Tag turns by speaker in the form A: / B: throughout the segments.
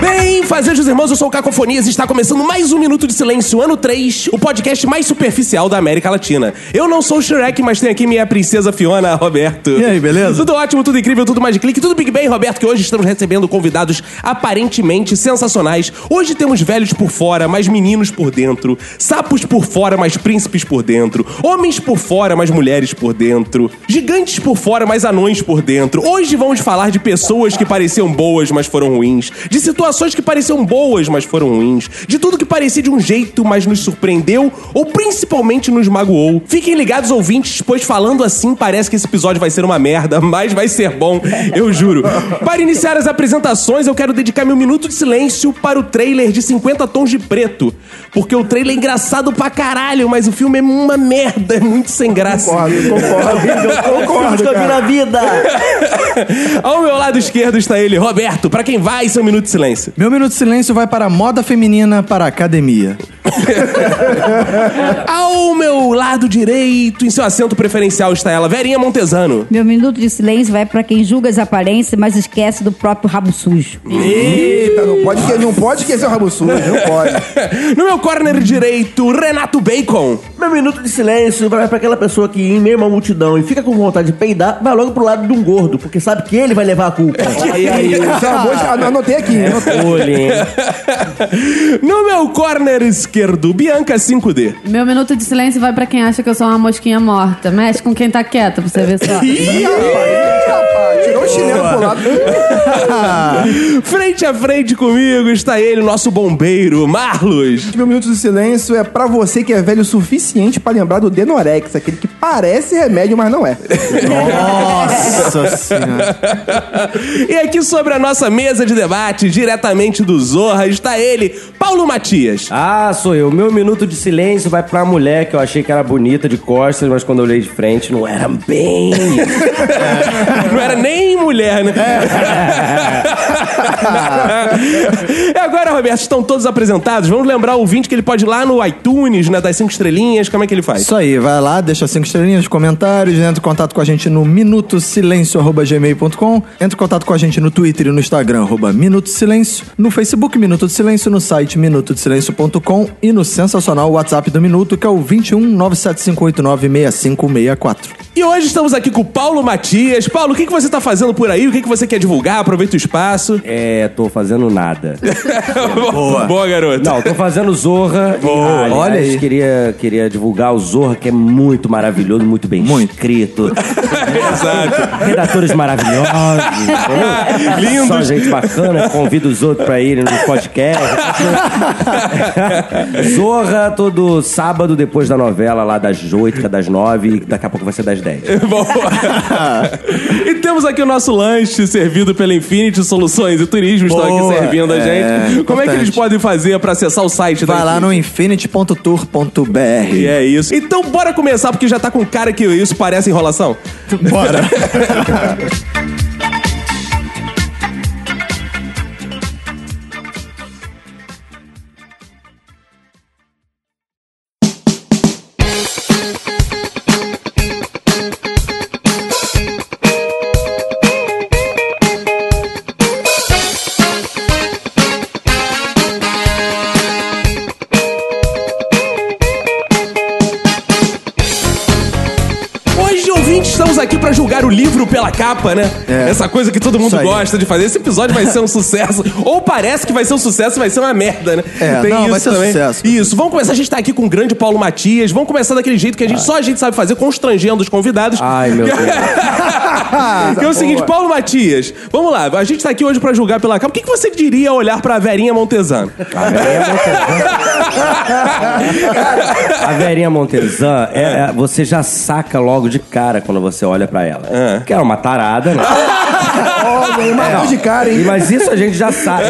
A: Bem, fazejos irmãos, eu sou o Cacofonias e está começando mais um Minuto de Silêncio, ano 3, o podcast mais superficial da América Latina. Eu não sou o Shrek, mas tenho aqui minha princesa Fiona, Roberto.
B: E aí, beleza?
A: Tudo ótimo, tudo incrível, tudo mais de clique, tudo Big Bang, Roberto, que hoje estamos recebendo convidados aparentemente sensacionais. Hoje temos velhos por fora, mas meninos por dentro, sapos por fora, mas príncipes por dentro, homens por fora, mas mulheres por dentro, gigantes por fora, mas anões por dentro. Hoje vamos falar de pessoas que pareciam boas, mas foram ruins, de situações que pareciam boas, mas foram ruins, de tudo que parecia de um jeito, mas nos surpreendeu ou principalmente nos magoou. Fiquem ligados, ouvintes, pois falando assim parece que esse episódio vai ser uma merda, mas vai ser bom, eu juro. Para iniciar as apresentações, eu quero dedicar meu minuto de silêncio para o trailer de 50 Tons de Preto, porque o trailer é engraçado pra caralho, mas o filme é uma merda, é muito sem graça.
B: concordo,
C: Como que eu vi na vida?
A: Ao meu lado esquerdo está ele, Roberto, pra quem vai, seu minuto de silêncio.
B: Meu minuto de silêncio vai para a moda feminina para a academia.
A: Ao meu lado direito, em seu assento preferencial, está ela, Verinha Montesano.
D: Meu minuto de silêncio vai pra quem julga as aparências, mas esquece do próprio rabo sujo.
E: Eita, não pode, que- não pode esquecer o rabo sujo, não pode.
A: No meu corner direito, Renato Bacon.
C: Meu minuto de silêncio vai pra aquela pessoa que, em meio a uma multidão e fica com vontade de peidar, vai logo pro lado de um gordo, porque sabe que ele vai levar a culpa.
E: Aí, aí, isso é uma boa- ah, não, anotei aqui. anotei.
A: No meu corner esquerdo, Bianca 5D.
F: Meu minuto de silêncio vai pra quem acha que eu sou uma mosquinha morta. Mexe com quem tá quieta pra você ver só.
E: Ih, rapaz, rapaz, tirou o chinelo pro lado.
A: Frente a frente comigo está ele, nosso bombeiro, Marlos.
E: Meu minuto de silêncio é pra você que é velho o suficiente pra lembrar do Denorex, aquele que parece remédio, mas não é.
B: Nossa senhora.
A: E aqui sobre a nossa mesa de debate, diretamente do Zorra, está ele, Paulo Matias.
G: Ah, sou eu. Meu minuto de silêncio vai pra mulher que eu achei que era bonita de costas, mas quando eu olhei de frente não era bem.
A: É. Não era nem mulher, né?
G: É.
A: e agora, Roberto, estão todos apresentados. Vamos lembrar o ouvinte que ele pode ir lá no iTunes, né? Das cinco estrelinhas, como é que ele faz?
B: Isso aí, vai lá, deixa cinco estrelinhas, comentários, entra em contato com a gente no minutosilencio.gmail.com, entra em contato com a gente no Twitter e no Instagram, arroba Minuto Silêncio, no Facebook Minuto de Silêncio, no site minutosilencio.com e no sensacional WhatsApp do Minuto, que é o 21 975896564.
A: E hoje estamos aqui com o Paulo Matias. Paulo, o que, que você tá fazendo por aí? O que, que você quer divulgar? Aproveita o espaço.
G: é, tô fazendo nada.
A: Boa, garoto.
G: Não, tô fazendo Zorra. e,
A: Boa,
G: aliás,
B: olha aí.
G: Queria, queria divulgar o Zorra, que é muito maravilhoso, muito bem
B: Muito.
G: escrito.
A: Exato.
G: Redatores maravilhosos. entendeu? É,
A: Lindos.
G: Só gente bacana. Convido os outros pra irem no podcast. Zorra todo sábado depois da novela, lá das 8, que é das 9, e daqui a pouco vai ser das 10.
A: Boa. e temos aqui o nosso lanche servido pela Infinity Soluções e Turismo. Estão aqui
B: Boa.
A: servindo a
B: É,
A: gente. Como é que
B: importante.
A: eles podem fazer pra acessar o site da
B: Vai lá
A: Infinity?
B: no infinity.tour.br.
A: E é isso. Então bora começar, porque já tá com cara que isso parece enrolação.
B: Bora!
A: Hoje, ouvintes, estamos aqui pra julgar o livro pela capa, né?
B: É.
A: Essa coisa que todo mundo
B: Isso aí.
A: gosta de fazer. Esse episódio vai ser um sucesso. Ou parece que vai ser um sucesso, vai ser uma merda, né?
B: É, não, vai ser sucesso.
A: Isso. Vamos começar. A gente tá aqui com o grande Paulo Matias. Vamos começar daquele jeito
B: Ah.
A: que a gente só a gente sabe fazer, constrangendo os convidados.
G: Ai, meu Deus.
A: Que é o seguinte, Paulo Matias, vamos lá. A gente tá aqui hoje pra julgar pela capa. O que, que você diria ao olhar pra Verinha Montesano?
G: A Verinha Montezan, é- é- você é já saca logo de cara quando você olha pra ela. Que ela é uma tarada, né?
E: logo, hein? Matou de cara, hein?
G: Mas isso a gente já sabe.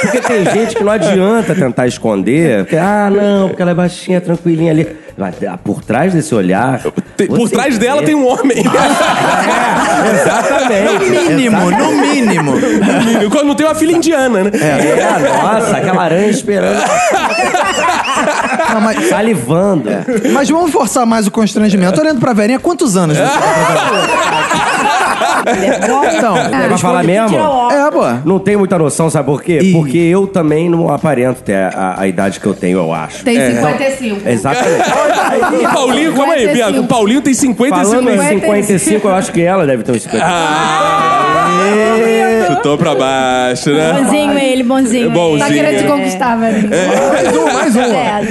G: Porque tem gente que não adianta tentar esconder. Porque, ah, não, porque ela é baixinha, tranquilinha ali. Mas, ah, por trás desse olhar.
A: Tem- por
G: você
A: trás
G: vê-
A: dela tem um homem.
G: É,
B: No
G: exatamente.
B: mínimo, no mínimo.
A: Quando não tem uma filha indiana, né?
G: É, ah, nossa, aquela aranha esperando,
B: Não, mas,
G: salivando.
B: mas vamos forçar mais o constrangimento. Olhando pra Verinha, quantos anos né? você tá? Então,
G: Vai falar mesmo?
B: é, pô.
G: Não tem muita noção, sabe por quê?
B: Ih.
G: Porque eu também não aparento ter a, a idade que eu tenho, eu acho.
F: Tem
A: É.
F: 55.
G: Exatamente.
A: O Paulinho, calma aí,
F: 55.
A: Bianca. O Paulinho tem 55
G: Falando
A: anos. Ah,
G: em 55, eu acho que ela deve ter uns 55.
A: Chutou pra baixo, né?
D: Bonzinho Ah, ele, bonzinho.
A: Bonzinho.
F: Tá querendo te conquistar, velho.
E: Mais um, mais um.
D: É.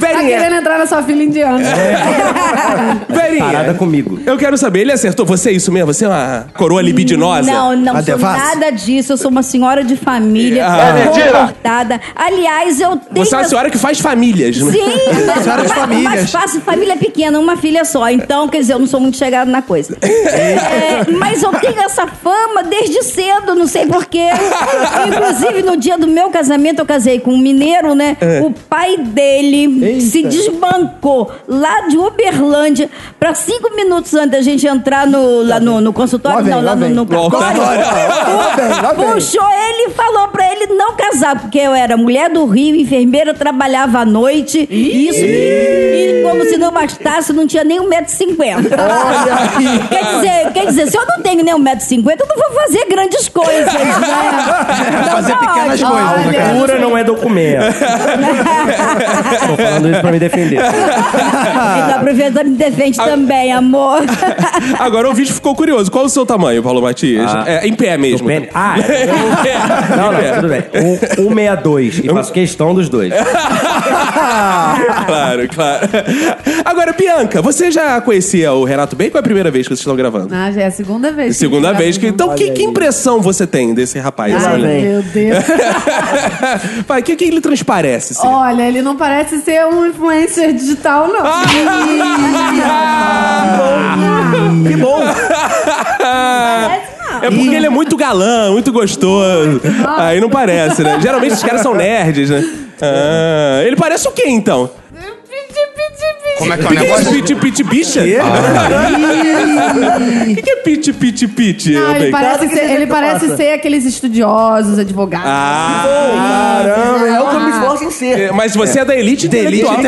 F: Tá querendo entrar na sua filha indiana.
A: É.
G: Parada
A: Verinha,
G: comigo.
A: eu quero saber, ele acertou. Você é isso mesmo? Você é uma coroa libidinosa?
D: Não, não
B: A É
D: sou
B: devassa?
D: nada disso. Eu sou uma senhora de família, comportada. Aliás, eu tenho...
A: Você é uma senhora que faz famílias, né?
D: Sim, é mas,
B: Senhoras
D: mas-
B: famílias.
D: mas faço família pequena, uma filha só. Então, quer dizer, eu não sou muito chegada na coisa. É, mas eu tenho essa fama desde cedo, não sei porquê. Inclusive, no dia do meu casamento, eu casei com um mineiro, né?
E: É.
D: O pai dele se desbancou lá de Uberlândia pra cinco minutos antes da gente entrar no, lá no, no consultório,
E: Lá vem,
D: não, lá,
E: lá
D: no,
E: vem.
D: no
E: No
D: cartório.
E: Lá vem, lá vem.
D: Puxou ele e falou pra ele não casar, porque eu era mulher do Rio, enfermeira, trabalhava à noite. E isso, e como se não bastasse, não tinha nem 1,50m. Quer dizer, quer dizer, se eu não tenho nem 1,50m, eu não vou fazer grandes coisas, né?
B: Fazer pequenas coisas, né? no caso.
G: Cura não é documento. Tô falando isso pra me defender.
D: Então aproveita e me defende também, amor.
B: Tá.
A: Agora o vídeo ficou curioso. Qual o seu tamanho, Paulo Matias?
G: Ah.
A: É, em pé mesmo.
G: Do pênis? Ah, é.
A: Em pé.
G: Não, não, tudo bem. Um- 162. E faço questão dos dois.
A: Ah, Claro, claro. Agora, Bianca, você já conhecia o Renato Bacon ou é a primeira vez que vocês estão gravando?
F: Ah, já é a segunda vez. que tá
A: Segunda
F: eu
A: vez. Que,
F: gravo.
A: então, que, que impressão você tem desse rapaz?
C: Lá
F: Ai,
A: Olha,
C: vem.
F: meu Deus.
A: Pai, o que, que ele transparece? assim?
F: Olha, ele não parece ser um influencer digital, não.
A: Ah!
F: Ah,
C: Que bom.
A: É porque ele é muito galã, muito gostoso. Aí não parece, né? Geralmente os caras são nerds, né? Ah, ele parece o quê, então?
H: Como é que é o
A: Piti,
H: negócio?
A: piti, piti, bicha? O que, que é piti, piti, piti?
F: Não, ele
A: Bacon?
F: parece,
C: que
F: ser,
C: seja que
F: ele parece
C: faça.
F: ser aqueles estudiosos, advogados.
A: Ah,
C: Caramba, é o que eu me esforço em ser.
A: É, Mas você é da elite
B: Da elite
A: intelectual.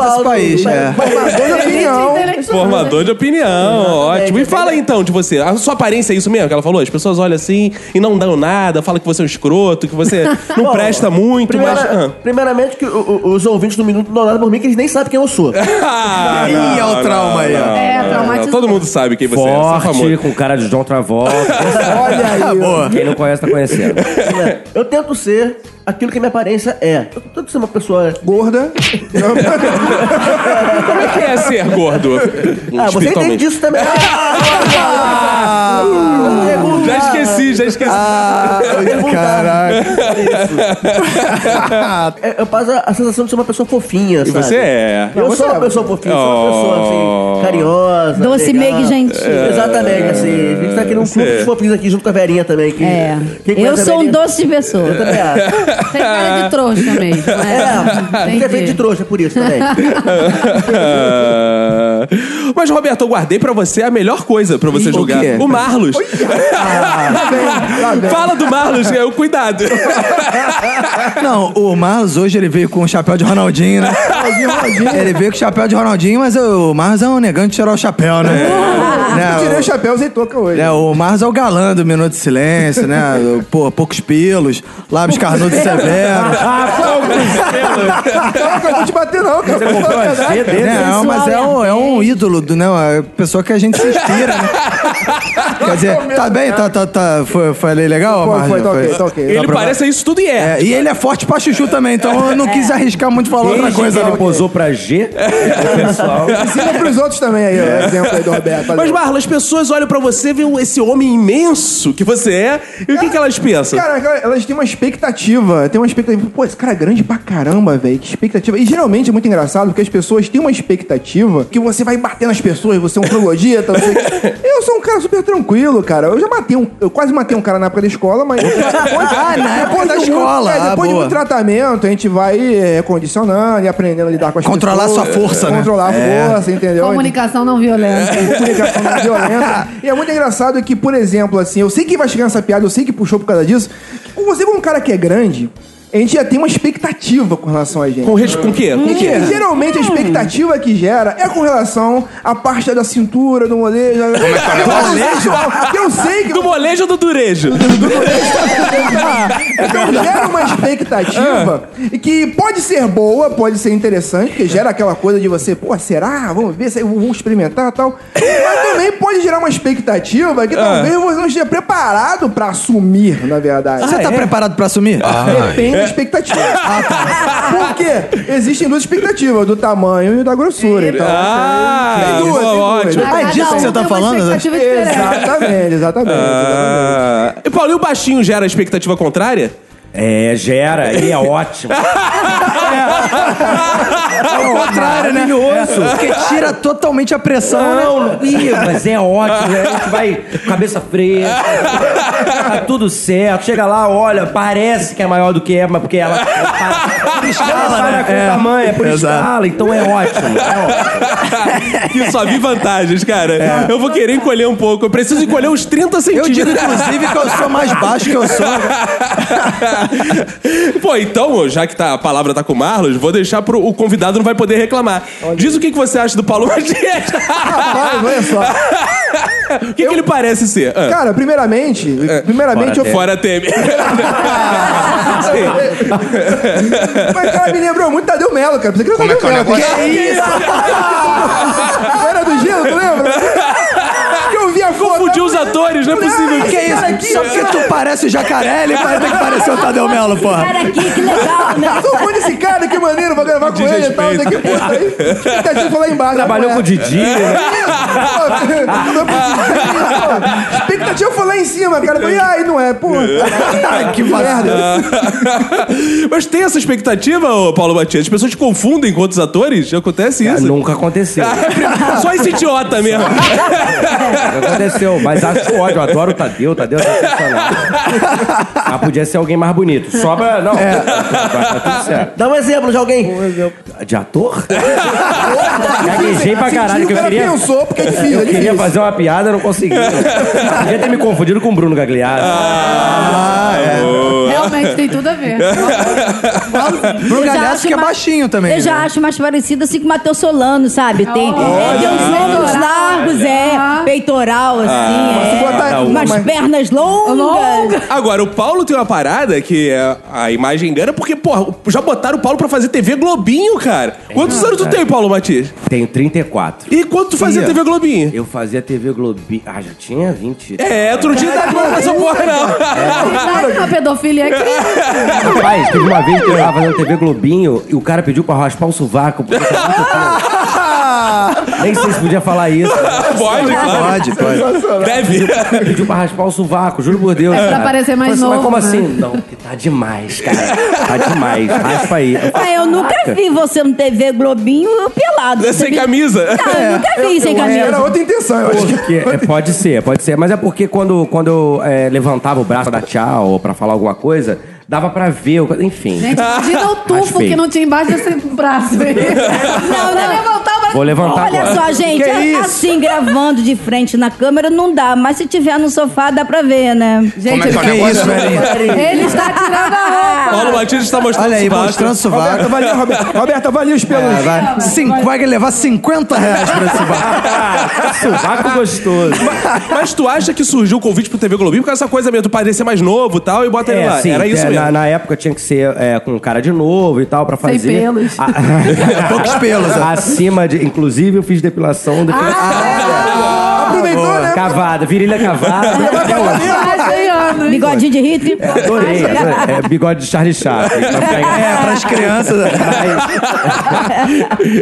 B: intelectual desse país, é.
C: Formador de opinião.
A: Formador de opinião, ótimo. E
C: exatamente.
A: fala então de você. A sua aparência é isso mesmo que ela falou? As pessoas olham assim e não dão nada, falam que você é um escroto, que você não
C: Bom,
A: presta muito,
C: Primeira-
A: mas. Ah.
C: Primeiramente, que o- o- os ouvintes do Minuto não dão nada por mim, que eles nem sabem quem eu sou.
A: Ah,
B: Ih, é o trauma aí, ó.
F: É, traumatizou.
A: Todo mundo sabe quem você é, você é
G: Forte,
A: famoso.
G: com cara de John Travolta.
E: Olha
B: Ah,
E: aí.
G: Quem não conhece, tá conhecendo.
C: né? Eu tento ser aquilo que a minha aparência é. Eu tento ser uma pessoa.
E: Gorda.
A: Como é que é ser gordo?
C: Ah, você entende
A: espiritualmente?
C: disso também. Ah, Vamos perguntar.
A: Já esqueci, já esqueci.
B: Caraca.
C: É, Eu passo a, a sensação de ser uma pessoa fofinha,
A: E
C: sabe?
A: você é. Oh.
C: Eu sou uma pessoa fofinha, sou uma pessoa assim, carinhosa.
D: Doce,
C: legal. É,
D: meiga e gentil.
A: É.
C: Exatamente, assim. A gente tá aqui num clube de fofinhos aqui junto com a Verinha também. Que,
D: É.
C: quem
D: Eu
C: conhece a
D: sou um
C: Verinha-
D: doce de pessoa.
C: Eu também acho.
F: Tem cara de trouxa mesmo.
C: É,
F: É,
C: você vem de trouxa por isso também.
A: Mas, Roberto, eu guardei pra você a melhor coisa pra você
B: Ih, o
A: jogar.
B: quê?
A: O Ah, Marlos. Tá Fala do Marlos, é o cuidado.
B: Não, o Marlos hoje ele veio com o chapéu de Ronaldinho, né? Ele veio com o chapéu de Ronaldinho, mas o Marlos é um negante de tirar o chapéu, né? Né,
E: Eu tirei
B: o-
E: o chapéu, usei touca hoje.
B: né, o Marlos é o galã do Minuto de Silêncio, né? O- Pô, poucos pelos, lábios carnudos e severos.
A: Tá
E: Não, eu vou te bater não, cara. Vou falar a verdade.
B: Não, mas Né, é um, é um ídolo, do, né? A pessoa que a gente se inspira, né? Quer dizer, tá bem, tá, tá, tá. Foi, foi ali legal,
E: né? Foi,
B: Marlos?
E: foi, tá ok, tá ok.
A: Ele
B: pra-
A: parece isso tudo e é.
B: É, e ele é forte pra chuchu também, então eu não quis arriscar muito falar outra
G: Desde
B: coisa.
G: que
E: então,
G: ele
B: não.
G: posou pra G, o pessoal...
B: Ensina
E: pros outros também aí, ó, exemplo aí do Roberto. valeu.
A: Mas, Marlon, as pessoas olham pra você, veem esse homem imenso que você é, e o que, que elas pensam?
E: Cara, elas têm uma expectativa. Tem uma expectativa. Pô, esse cara é grande pra caramba, velho. Que expectativa. E geralmente é muito engraçado porque as pessoas têm uma expectativa que você vai bater nas pessoas, você é um troglodita, não sei o quê. Eu sou um cara super tranquilo, cara. Eu já matei um. Eu quase matei um cara na época da escola, mas.
B: Ah, na época
E: depois
B: da
E: de muito-
B: escola,
E: é,
B: ah,
E: depois de
B: boa.
E: muito tratamento, a gente vai é, condicionando e aprendendo a lidar com as
B: Controlar
E: pessoas.
B: sua força, né?
E: Controlar
B: É.
E: a força, entendeu?
F: Comunicação não violenta.
E: É. comunicação não violenta. E é muito engraçado que, por exemplo, assim, eu sei que vai chegar nessa piada, eu sei que puxou por causa disso. que com você, como um cara que é grande, a gente já tem uma expectativa com relação a gente.
A: Com, res- com o quê? Com o
E: E
A: quê?
E: geralmente a expectativa que gera é com relação à parte da cintura, do molejo. Como é que molejo? Eu sei que
A: Do molejo ou do durejo?
E: então gera uma expectativa
A: Ah.
E: que pode ser boa, pode ser interessante, que gera aquela coisa de você, pô, será? Vamos ver, se- vamos experimentar e tal. Mas também pode gerar uma expectativa
A: Ah.
E: que talvez você não esteja preparado pra assumir, na verdade.
A: Ah,
B: Você tá preparado pra assumir?
E: Ah.
A: é?
E: Depende da expectativa.
A: tá.
E: Por quê? Existem duas expectativas, do tamanho e da grossura. Então,
A: Ah,
E: tem
A: bom,
E: duas, tem duas.
A: ótimo.
F: Cada
B: disso que
F: um
B: você
F: tem
B: tá
F: uma
B: falando, né?
F: expectativa diferente.
E: Exatamente, exatamente. exatamente.
A: Ah, e Paulinho Baixinho gera a expectativa contrária?
G: É, gera, e é É ótimo.
B: Ao contrário, né? Porque tira totalmente a pressão, né?
G: É. Não, Ih, mas é ótimo, né? A gente vai com cabeça fresca, tá tudo certo. Chega lá, olha, parece que é maior do que é, mas porque ela. ela escala, né? Com tamanho, é por escala, então é ótimo. É ótimo.
A: Que só vi vantagens, cara.
E: É.
A: Eu vou querer encolher um pouco. Eu preciso encolher uns 30
B: Eu
A: centímetros.
B: digo, inclusive, que eu sou mais baixo que eu sou.
A: Pô, então, já que tá, a palavra tá com o Marlos, vou deixar pro o convidado não vai poder reclamar. Diz o que, que você acha do Paulo Matias.
E: Rapaz, olha só.
A: o que, que ele parece ser? Ah,
E: Cara, primeiramente, primeiramente eu
A: Fora Temer. Sim.
E: Mas, cara, me lembrou muito Tadeu Melo, cara. Pensei que era
H: é
E: Como Tadeu Melo. Que isso? Era do gelo, tu lembra? Que eu vi a foto.
A: Confundiu os atores, não é possível.
B: Que isso? Só porque tu parece o jacaré, ele vai ter que parecer o Tadeu Melo, porra.
D: Cara, aqui, que legal, né?
E: Sou fã desse cara, que maneiro, vou gravar com ele e tal. Daqui a pouco aí, expectativa lá embaixo.
G: Trabalhou com o Didi, né?
E: Pô, né? Expectativa foi lá em cima, cara. Eu falei, ai, não é, pô. que merda.
A: Mas tem essa expectativa, ô Paulo Matias? As pessoas te confundem com outros atores? Já acontece
G: Ah,
A: isso? é
G: Nunca aconteceu.
A: Só esse idiota mesmo.
G: Nunca aconteceu, mas acho ódio. Eu adoro o Tadeu, o Tadeu é sensacional. Mas podia ser alguém mais bonito. Só pra. Não,
E: É.
G: tá tudo certo.
C: Dá um exemplo de alguém.
G: De ator?
E: tá?
G: Gaguejei
B: Assim,
G: pra caralho, que eu
E: o cara
G: queria.
E: pensou, porque é difícil.
G: Eu
E: é
G: queria
E: difícil.
G: fazer uma piada, não consegui. Podia ter me confundido com o Bruno Gagliasso.
B: Ah, é.
A: Ah,
F: Realmente tem tudo a ver.
B: Bruno
D: Eu já
B: Galhaço
D: acho
B: que é
D: mais-
B: baixinho também. né?
D: Eu já acho mais parecido assim com o Matheus Solano, sabe? Tem,
F: Olha!
D: é, tem uns ombros largos, é,
F: Aham.
D: peitoral, assim, é,
E: botar-
D: umas
E: mas-
D: pernas longas.
F: Longa.
A: Agora, o Paulo tem uma parada que é, a imagem engana, porque, porra, já botaram o Paulo pra fazer TV Globinho, cara. Quantos anos tu tem, Paulo Matias?
G: Tenho 34.
A: E quanto tu fazia TV Globinho?
G: Eu fazia TV Globinho. Ah, já tinha 20.
A: É, tu não tinha idade pra essa porra, não.
F: Mas uma pedofilia é crime.
G: Rapaz, teve uma vez que eu tava fazendo TV Globinho e o cara pediu pra raspar o sovaco. Porque eu tava muito feio. Nem sei se podia falar isso.
A: Pode, claro.
B: Pode, pode.
A: Deve.
G: Pediu pra raspar o sovaco, juro por Deus.
F: É pra
G: cara.
F: parecer mais
G: Falei assim,
F: novo,
G: Mas como
F: né?
G: assim? Não, que tá demais, cara. Tá demais. Raspa aí.
D: Ah, eu nunca vi você no TV Globinho pelado.
A: Sem
D: sabia?
A: camisa.
D: Não, eu nunca vi sem
E: Era
D: camisa.
E: outra intenção, eu acho que.
G: Porque, é, pode ser, pode ser. Mas é porque quando, quando eu é, levantava o braço pra dar tchau ou pra falar alguma coisa, dava pra ver. o- Enfim.
F: Gente, imagina o tufo
G: Raspei.
F: que não tinha embaixo desse braço. Não,
D: não.
F: levantar o braço.
G: Vou levantar
D: Olha
G: agora.
D: só, gente,
B: Que
D: a-
B: isso?
D: assim gravando de frente na câmera não dá, mas se tiver no sofá dá pra ver, né?
B: é
F: Gente,
B: Que tá isso, velhinho.
F: ele está tirando a roupa.
A: Paulo Matias está mostrando
B: Olha aí,
A: o sovaco.
B: mostrando o
E: Roberto,
B: sovaco.
E: avalia, Roberto. Roberto, avalia os pelos.
B: É, vai. Cinco- vai levar 50 reais pra esse sovaco.
G: Sovaco gostoso.
A: Mas tu acha que surgiu o convite pro TV Globinho por causa dessa coisa mesmo, tu parecer mais novo e tal, e bota ele
G: É,
A: lá.
G: sim,
A: Era isso
G: é,
A: mesmo.
G: Na, na época tinha que ser é, com cara de novo e tal, pra
F: Sem
G: fazer.
F: pelos.
B: Poucos pelos. ó.
G: Acima de. Inclusive, eu fiz depilação. depilação
E: Aproveitou, né?
G: cavada, virilha cavada.
F: Tá Mas, senhor,
D: Ah,
F: brincando, hein?
D: Bigodinho de Hitler.
E: Adorei. É bigode de Charlie Chaplin.
B: É, pras crianças.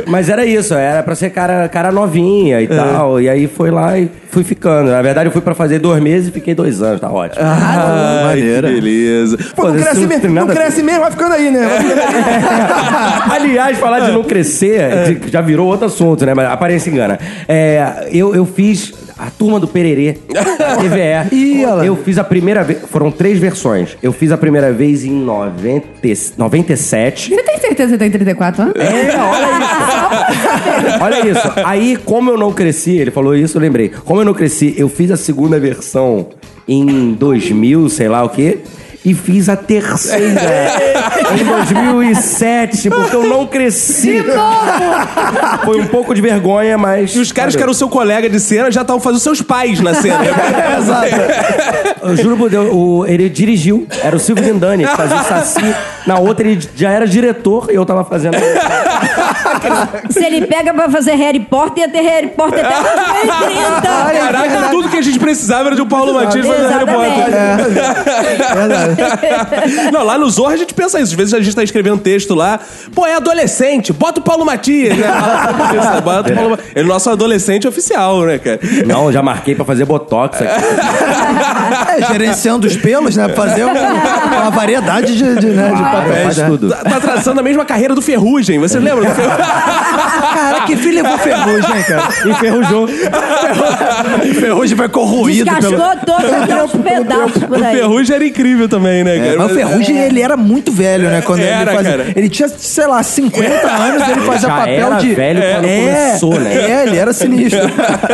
E: Mas era isso, era pra ser cara, cara novinha e
A: É.
E: tal. E aí foi lá e fui ficando. Na verdade, eu fui pra fazer dois meses e fiquei dois anos, tá ótimo.
B: Ah,
A: Ai, que
B: maneira.
A: beleza.
I: Pô, não
E: Pô, isso
I: cresce
B: assim,
E: não tem
I: mesmo, não
E: nada a ver.
I: cresce mesmo, vai ficando aí, né? Vai ficando aí.
E: Aliás, falar de não crescer é de- já virou outro assunto, né? Mas aparência engana. É, eu, eu fiz a turma do Pererê, da TVE.
B: Ih, olha lá.
E: Eu fiz a primeira vez. Foram três versões. Eu fiz a primeira vez em 90, 97.
F: Você tem certeza que você tem 34 anos?
E: É, olha isso. olha isso. Aí, como eu não cresci, ele falou isso, eu lembrei. Como eu não cresci, eu fiz a segunda versão em 2000, sei lá o quê. E fiz a terceira em 2007, tipo, porque eu não cresci. Foi um pouco de vergonha, mas.
A: E os caras que eram seu colega de cena já estavam fazendo seus pais na cena.
E: Eu juro por Deus, o- ele dirigiu. Era o Silvio Lindani que fazia o Saci. Na outra, ele já era diretor e eu tava fazendo.
D: Se ele pega pra fazer Harry Potter, ia ter Harry Potter até 2030.
A: Caraca, tudo que a gente precisava era de um Paulo Matias fazendo Harry Potter. É.
D: Exatamente.
A: Não, lá no Zorra a gente pensa isso. Às vezes a gente tá escrevendo um texto lá. Pô, é adolescente, bota o Paulo Matias, né? Fala sobre isso, né? Bota o Paulo Ma- Ele é o nosso adolescente oficial, né, cara?
E: Não, já marquei pra fazer botox aqui.
B: É, gerenciando os pelos, né? Fazer um- uma variedade de, de, né, de papéis.
E: faz
B: né?
E: tudo.
A: Tá, tá traçando a mesma carreira do Ferrugem. Vocês lembram do Ferrugem?
B: Ah, Cara, que filho levou ferrugem, hein, cara?
E: Enferrujou.
B: Ferrugem vai corroído
D: Descascou
B: pelo...
D: todo, até os pedaços por
A: O
D: aí.
A: Ferrugem era incrível também, né, cara?
B: É, mas o
A: Mas-
B: Ferrugem, ele era muito velho, né? Quando
A: Era,
B: ele fazia.
A: cara.
B: Ele tinha, sei lá,
I: É.
B: 50 anos, ele fazia
E: Já
B: papel
E: era
B: de.
E: velho quando começou, né?
B: É, ele era sinistro.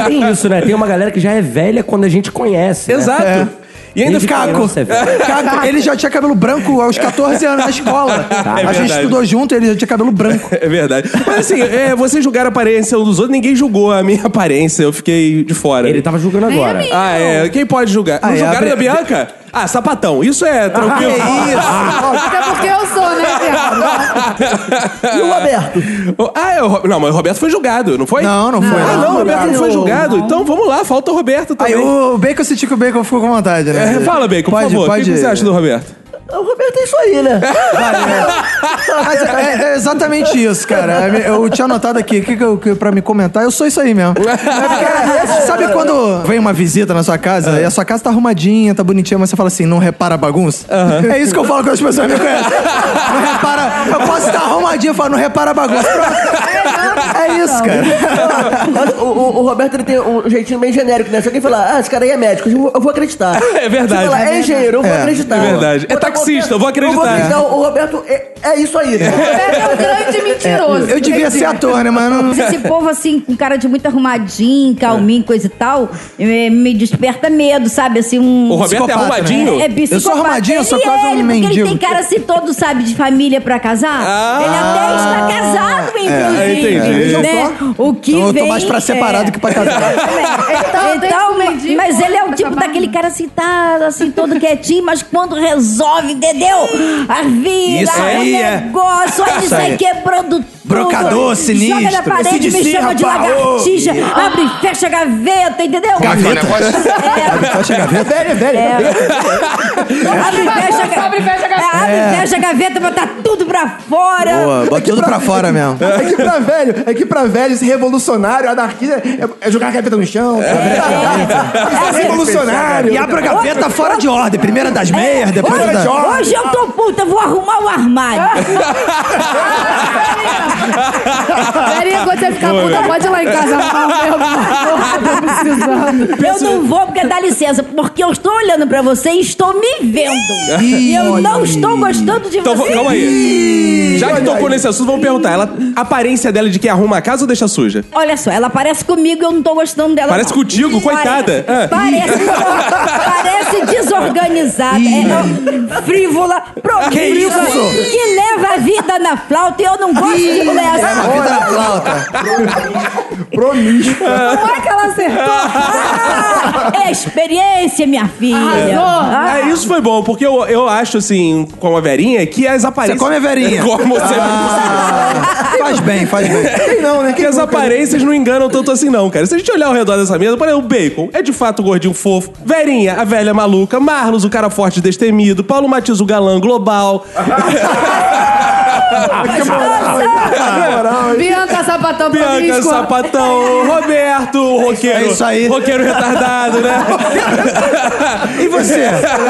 E: Tem isso, né? Tem uma galera que já é velha quando a gente conhece. né?
A: Exato.
B: É.
A: E ainda
E: Desde
A: ficava.
E: criança é velho.
B: Caco, ele já tinha cabelo branco aos 14 anos na escola. a gente
A: É. verdade.
B: estudou junto, ele já tinha cabelo branco.
A: É verdade. Mas assim, é, vocês julgaram a aparência um dos outros, ninguém julgou a minha aparência, eu fiquei de fora.
E: Ele tava julgando
F: Nem
E: agora.
F: a minha.
A: Ah, é. Quem pode julgar?
B: tá- Ah,
A: Não
B: é,
A: julgaram
B: abre-
A: a Bianca? Ah, sapatão. Isso é tranquilo.
B: Ah,
A: Ah,
F: Até porque eu sou, né, viado?
C: E o Roberto?
A: Oh, Ah, é o Ro- Não, mas o Roberto foi julgado, não foi?
B: Não, não foi,
A: Ah,
B: não.
A: não, o Roberto não foi
F: Não.
A: julgado. Então vamos lá, falta o Roberto
B: Aí
A: também.
B: o Bacon, eu senti que o Bacon ficou com vontade, né?
A: É, fala, Bacon,
B: Pode,
A: por favor.
B: Pode.
A: O que você acha do Roberto?
C: O Roberto é isso aí, né?
B: Mas é, é exatamente isso, cara. É, Eu tinha anotado aqui que, que, eu- que pra me comentar, eu sou isso aí mesmo. É porque, é, sabe quando vem uma visita na sua casa
A: É.
B: e a sua casa tá arrumadinha, tá bonitinha, mas você fala assim, não repara a bagunça? É isso que eu falo quando as pessoas me conhecem. Não repara. Eu posso estar arrumadinho e falar, não repara a bagunça. Pronto. É isso, cara.
C: Mas o, o- o Roberto ele tem um jeitinho bem genérico, né? Se alguém falar, ah, esse cara aí é médico, eu vou- eu vou acreditar.
A: É verdade.
C: Se falar, é engenheiro, eu vou acreditar.
A: é verdade. É
C: Outra
A: taxista, eu vou acreditar.
C: O Roberto é, é isso aí, né?
F: É um grande mentiroso.
B: É, Eu devia ser ator, né, mano?
D: Mas Esse povo, assim, com cara de muito arrumadinho, calminho, coisa e tal, eh, me desperta medo, sabe? Assim, um...
A: O Roberto
B: Psicopata,
A: é arrumadinho?
D: É, é psicopata.
B: Eu sou arrumadinho, eu sou
D: Ele
B: quase um
D: é, ele, porque
B: mendigo.
D: Ele tem cara assim, todo sabe, de família pra casar.
A: Ah!
D: ele até está casado, inclusive.
A: entendi.
D: né? O que
B: Então É, eu
D: vem...
B: tô mais pra separado
D: é.
B: que pra casar.
F: Então, desde
D: Então,
F: o mendigo,
D: mas ele é o
F: essa
D: tipo
F: barba.
D: daquele cara assim, tá assim, todo quietinho, mas quando resolve, entendeu? A vida,
B: Isso aí,
D: o
B: é.
D: negócio, aí
B: Isso
D: isso
B: aí.
D: aí quebrando tudo.
B: Brocador sinistro.
D: é
B: é
D: Joga na parede,
B: CDC,
D: me chama de
B: rapaz. Ô.
D: lagartija, abre e fecha a gaveta, entendeu? É.
B: Fecha a gaveta.
I: Velho, velho.
D: Abre e fecha a gaveta.
J: Abre e fecha a gaveta.
D: Abre e fecha a gaveta, botar tudo pra fora.
B: É. Boa, bota tudo pra fora mesmo.
I: É que pra velho, é que pra velho, esse revolucionário, anarquista, é, é jogar a gaveta no chão.
D: É assim,
I: Revolucionário.
B: E abre a gaveta fora de ordem. Primeira das
E: é,
B: meias, depois
I: Fora de
B: da...
I: ordem.
D: É. Hoje eu tô puta, vou arrumar o armário.
F: Daria quando você ficar puta, pode ir lá em casa arrumar o meu, por favor, eu tô precisando.
D: Eu não vou porque dá licença, porque eu estou olhando pra você e estou me vendo. E eu não estou gostando de
A: Então,
D: você.
A: calma aí. Já que tocou nesse assunto, vamos perguntar. Ela, a aparência dela de quem arruma a casa ou deixa suja?
D: Olha só, ela parece comigo e eu não tô gostando dela.
A: Parece
D: não.
A: contigo,
D: Ih,
A: coitada. Ah.
D: Parece, parece, parece desorganizada. É, não, frívola, profunda, que leva a vida vida na flauta e eu não gosto de assim.
B: É uma
D: nessa.
B: vida na flauta. Promíscua.
F: Não é que ela acertou.
D: É experiência, minha filha.
F: Arrasou. É
D: Ah,
A: Ah, isso foi bom, porque eu, eu acho, assim, como a Verinha, que as aparências...
B: Você come a Verinha. Ah.
A: Como sempre.
B: Faz bem, faz bem.
E: Quem não, né?
A: Que
E: Quem
A: as
E: nunca, né?
A: aparências não enganam tanto assim, não, cara. Se a gente olhar ao redor dessa mesa, por exemplo, o Bacon é de fato o gordinho fofo. Verinha, a velha maluca. Marlos, o cara forte e destemido. Paulo Matias, o galã global.
B: Ah.
F: Bianca, sapatão
A: Bianca,
F: promíscua.
A: sapatão. Roberto, o roqueiro.
B: é isso aí. Tá
A: Roqueiro retardado, né?
B: E você?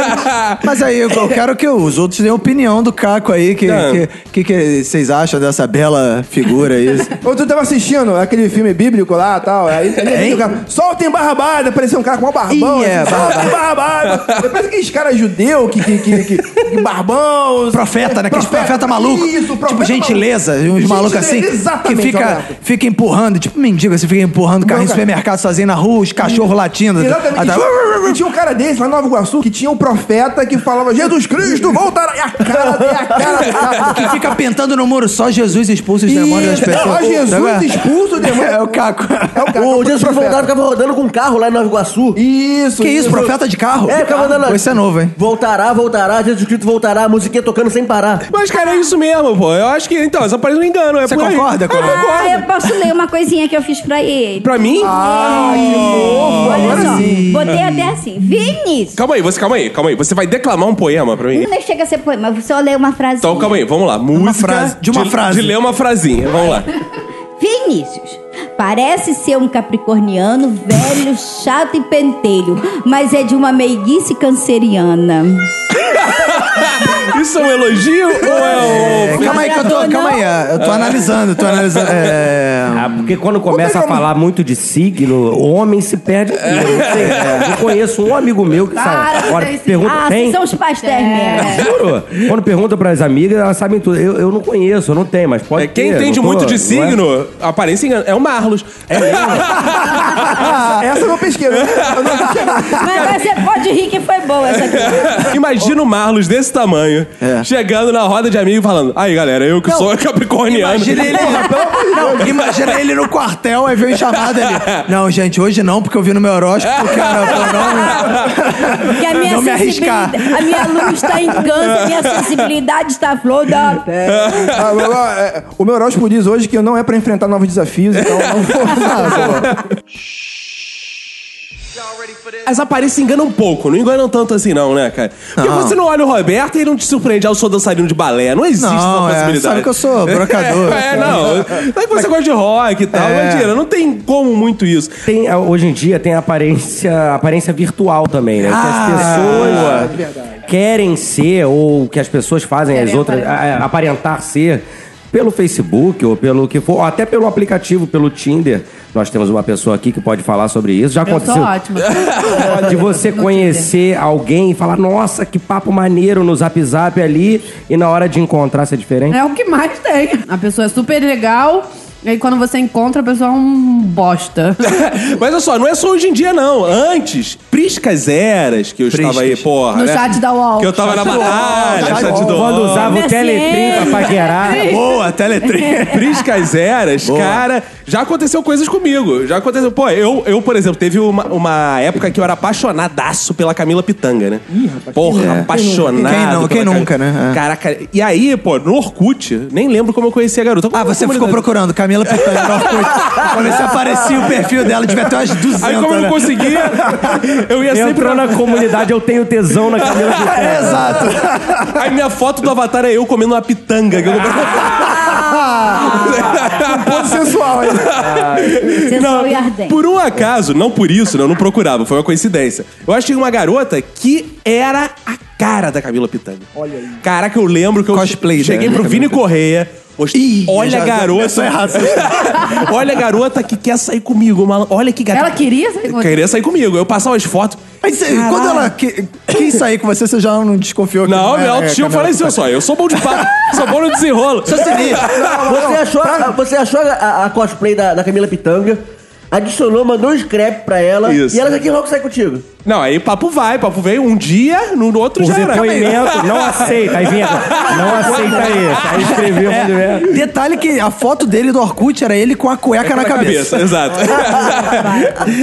B: Mas aí, eu- eu quero que os outros deem opinião do Caco aí. que
A: Não.
B: que, que, que vocês acham dessa bela figura aí?
E: Outro eu tava assistindo aquele filme bíblico lá e tal. Aí ali, ali, o cara, soltem barrabada, parecia um cara com um barbão.
B: Ih, é,
E: assim, soltem barrabada. Parece aqueles caras judeu que, que, que, que, que barbão.
B: Profeta, né? Aqueles profeta, maluco.
E: Isso, profeta
B: Tipo, gentileza.
E: maluco.
B: Uns malucos assim.
E: Gentileza,
B: Que
E: Exatamente.
B: fica,
E: Roberto.
B: fica empurrando. Tipo mendigo, assim. Fica empurrando carrinho de
E: Não, cara.
B: supermercado sozinho na rua. Os cachorros latindo.
E: Exatamente.
B: Ah,
E: E
B: tá.
E: tinha, e tinha um cara desse lá em Nova Iguaçu que tinha um profeta que falava: Jesus Cristo, voltará. E a cara dele, a cara do cara.
B: Que fica pintando no muro. Só Jesus expulsa os demônios das pessoas.
E: Ó,
B: Tá
E: É, Jesus
B: vendo?
E: expulsa o demônio.
B: É o Caco.
E: É o cara.
C: O Jesus foi voltado, ficava rodando com um carro lá em Nova Iguaçu.
E: Isso,
B: Que é isso, profeta de carro?
C: É, ficava andando lá.
B: Isso é novo, hein?
C: Voltará, voltará, Jesus Cristo voltará, a musiquinha tocando sem parar.
A: Mas, cara, é isso mesmo, pô. Eu acho que, então, as aparências não enganam. É
B: Você
A: por aí.
B: concorda com
A: Eu
B: ela?
A: concordo.
D: Ah, eu posso ler uma coisinha que eu fiz pra ele.
A: Pra mim...
B: Ah.
D: Olha só, botei até assim. Vinícius.
A: Calma aí, você, calma aí, calma aí. Você vai declamar um poema pra mim?
D: Não chega a ser poema, eu só ler uma frase.
A: Então, calma aí, vamos lá. Música.
B: frase, de uma frase.
A: De ler uma frasinha, vamos lá.
D: Vinícius. Parece ser um capricorniano velho, chato e pentelho, mas é de uma meiguice canceriana.
A: Isso é um elogio ou é um.
B: Calma aí que eu tô. Calma aí. Eu tô analisando, tô analisando. É.
G: Ah, porque quando começa a
E: é
G: falar muito de signo, o homem se perde. inteiro. Não sei, é, Eu conheço um amigo meu que
F: Para,
G: sabe. Agora
F: vocês-
G: pergunta
D: Ah,
G: quem.
D: vocês são os pastéis
A: É.
D: mesmo.
B: É.
G: Juro. Quando pergunta pras amigas, elas sabem tudo. Eu, eu não conheço, eu não tenho, mas pode
A: É, quem
G: ter,
A: entende
G: não tô-
A: muito
G: não
A: de
G: é?
A: signo, a aparência engana. É o Marlos.
E: Ah, essa eu não pesquei. né? Eu não pesquei.
D: Mas você pode rir que foi boa essa aqui.
A: Imagina o Marlos desse tamanho,
B: É.
A: chegando na roda de amigo e falando: Aí galera, eu que sou capricorniano.
B: Imagina ele, não, imagina ele no quartel, aí veio chamada ali. Não, gente, hoje não, porque eu vi no meu horóscopo que era pô, não.
D: Porque a minha
B: Não me arriscar.
D: sensibilidade, a minha luz está em câncer, minha sensibilidade está à flor da pele.
E: Ah, mas, ó, é, o meu horóscopo diz hoje que não é pra enfrentar novos desafios, então não vou.
A: As aparências enganam um pouco, não enganam tanto assim, não, né, cara? Porque
B: Não.
A: você não olha o Roberto e ele não te surpreende. Ah, eu sou dançarino de balé. Não existe
B: Não,
A: essa
B: é,
A: possibilidade.
B: sabe que eu sou brocador,
A: É, é
B: assim.
A: não. Aí você gosta de rock e tal.
B: É.
A: Mentira, não tem como muito isso.
G: Tem, ah, hoje em dia tem aparência, aparência virtual também, né?
B: Ah,
G: que as pessoas querem ser, ou que as pessoas fazem as outras, a- a- aparentar ser pelo Facebook ou pelo que for, ou até pelo aplicativo, pelo Tinder. Nós temos uma pessoa aqui que pode falar sobre isso. Já
F: Eu
G: aconteceu.
F: sou ótima.
G: De você conhecer alguém e falar, nossa, que papo maneiro no zap zap ali, e na hora de encontrar ser diferente.
F: É o que mais tem. A pessoa é super legal. E aí quando você encontra, a pessoa é um bosta.
A: Mas olha só, não é só hoje em dia, não. Antes, Priscas Eras, que eu estava aí, porra.
F: No
A: né?
F: chat da Tipo, UOL.
A: Que eu tava na
F: Chat da UOL,
A: batalha,
B: chat da
A: chat do
G: Quando
A: UOL.
G: usava o
D: MSN.
G: Teletrim pra paquerar.
B: Boa, teletrim.
A: Priscas Eras, cara, já aconteceu coisas comigo. Já aconteceu. Pô, eu, eu por exemplo, teve uma, uma época que eu era apaixonadaço pela Camila Pitanga, né? Ih, rapaz, Porra, apaixonado.
B: Quem não- quem
A: pela
B: nunca,
A: Camila.
B: né? É.
A: Caraca, e aí, pô, no Orkut, nem lembro como eu conheci a garota. Como-
B: Ah, você
A: como
B: ficou
A: ele-
B: procurando Camila Pitanga no Orkut. Pra ver se aparecia o perfil dela, devia ter umas 200,
A: Aí, como eu não
B: né?
A: conseguia, eu ia sempre
G: Entrou na comunidade, eu tenho tesão na Camila Pitanga.
B: Exato.
A: Aí minha foto do avatar é eu comendo uma pitanga. que eu
B: Ah. Um
A: comprei.
E: Sensual, hein?
D: Sensual e ardente.
A: por um acaso, não por isso, não, eu não procurava, foi uma coincidência. Eu achei uma garota que era a cara da Camila Pitanga. Olha aí. Caraca, eu lembro que eu
B: Cosplay,
A: che-
B: né,
A: cheguei
B: da
A: pro
B: Camila
A: Vini Correia. mostrei,
B: Ih,
A: olha a
B: já- já
A: garota.
B: começou errado.
A: olha a garota que quer sair comigo. Uma, olha que garota.
F: Ela queria sair com você?
A: Ah, Queria sair comigo. Eu passava as fotos.
B: Mas eh, quando ela É, que, quis sair com você, você já não desconfiou que
A: Não, meu
B: era
A: autoestima
B: Camila
A: faleceu só.
B: Pitanga.
A: Eu sou bom de papo, sou bom no desenrolo. Tá.
C: Você achou, a- você achou a, a cosplay da, da Camila Pitanga? adicionou, mandou um scrap pra ela.
A: Isso.
C: E ela já quer logo sair contigo.
A: Não, aí papo vai, papo vem. Um dia, no outro já era.
G: depoimento, não aceita. Aí vinha, não aceita isso. Aí escreveu
E: É.
G: o depoimento.
E: assim.
B: Detalhe que a foto dele do Orkut era ele com a cueca na cabeça. Ah,
A: Exato.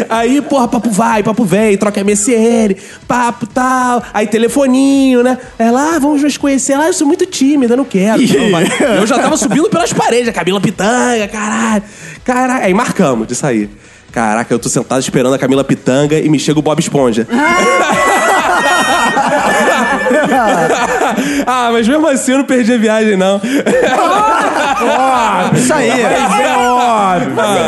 A: aí, porra, papo vai, papo vem, troca MSN, papo tal, aí telefoninho, né? Ela, ah, vamos nos conhecer. Ela, ah, eu sou muito tímida, não quero. Não, vai. eu já tava subindo pelas paredes, a Camila Pitanga, caralho. Caralho. Aí marcamos de sair. Caraca, eu tô sentado esperando a Camila Pitanga e me chega o Bob Esponja. ah, mas mesmo assim eu não perdi a viagem, não.
E: Ah,
B: Isso aí.
E: é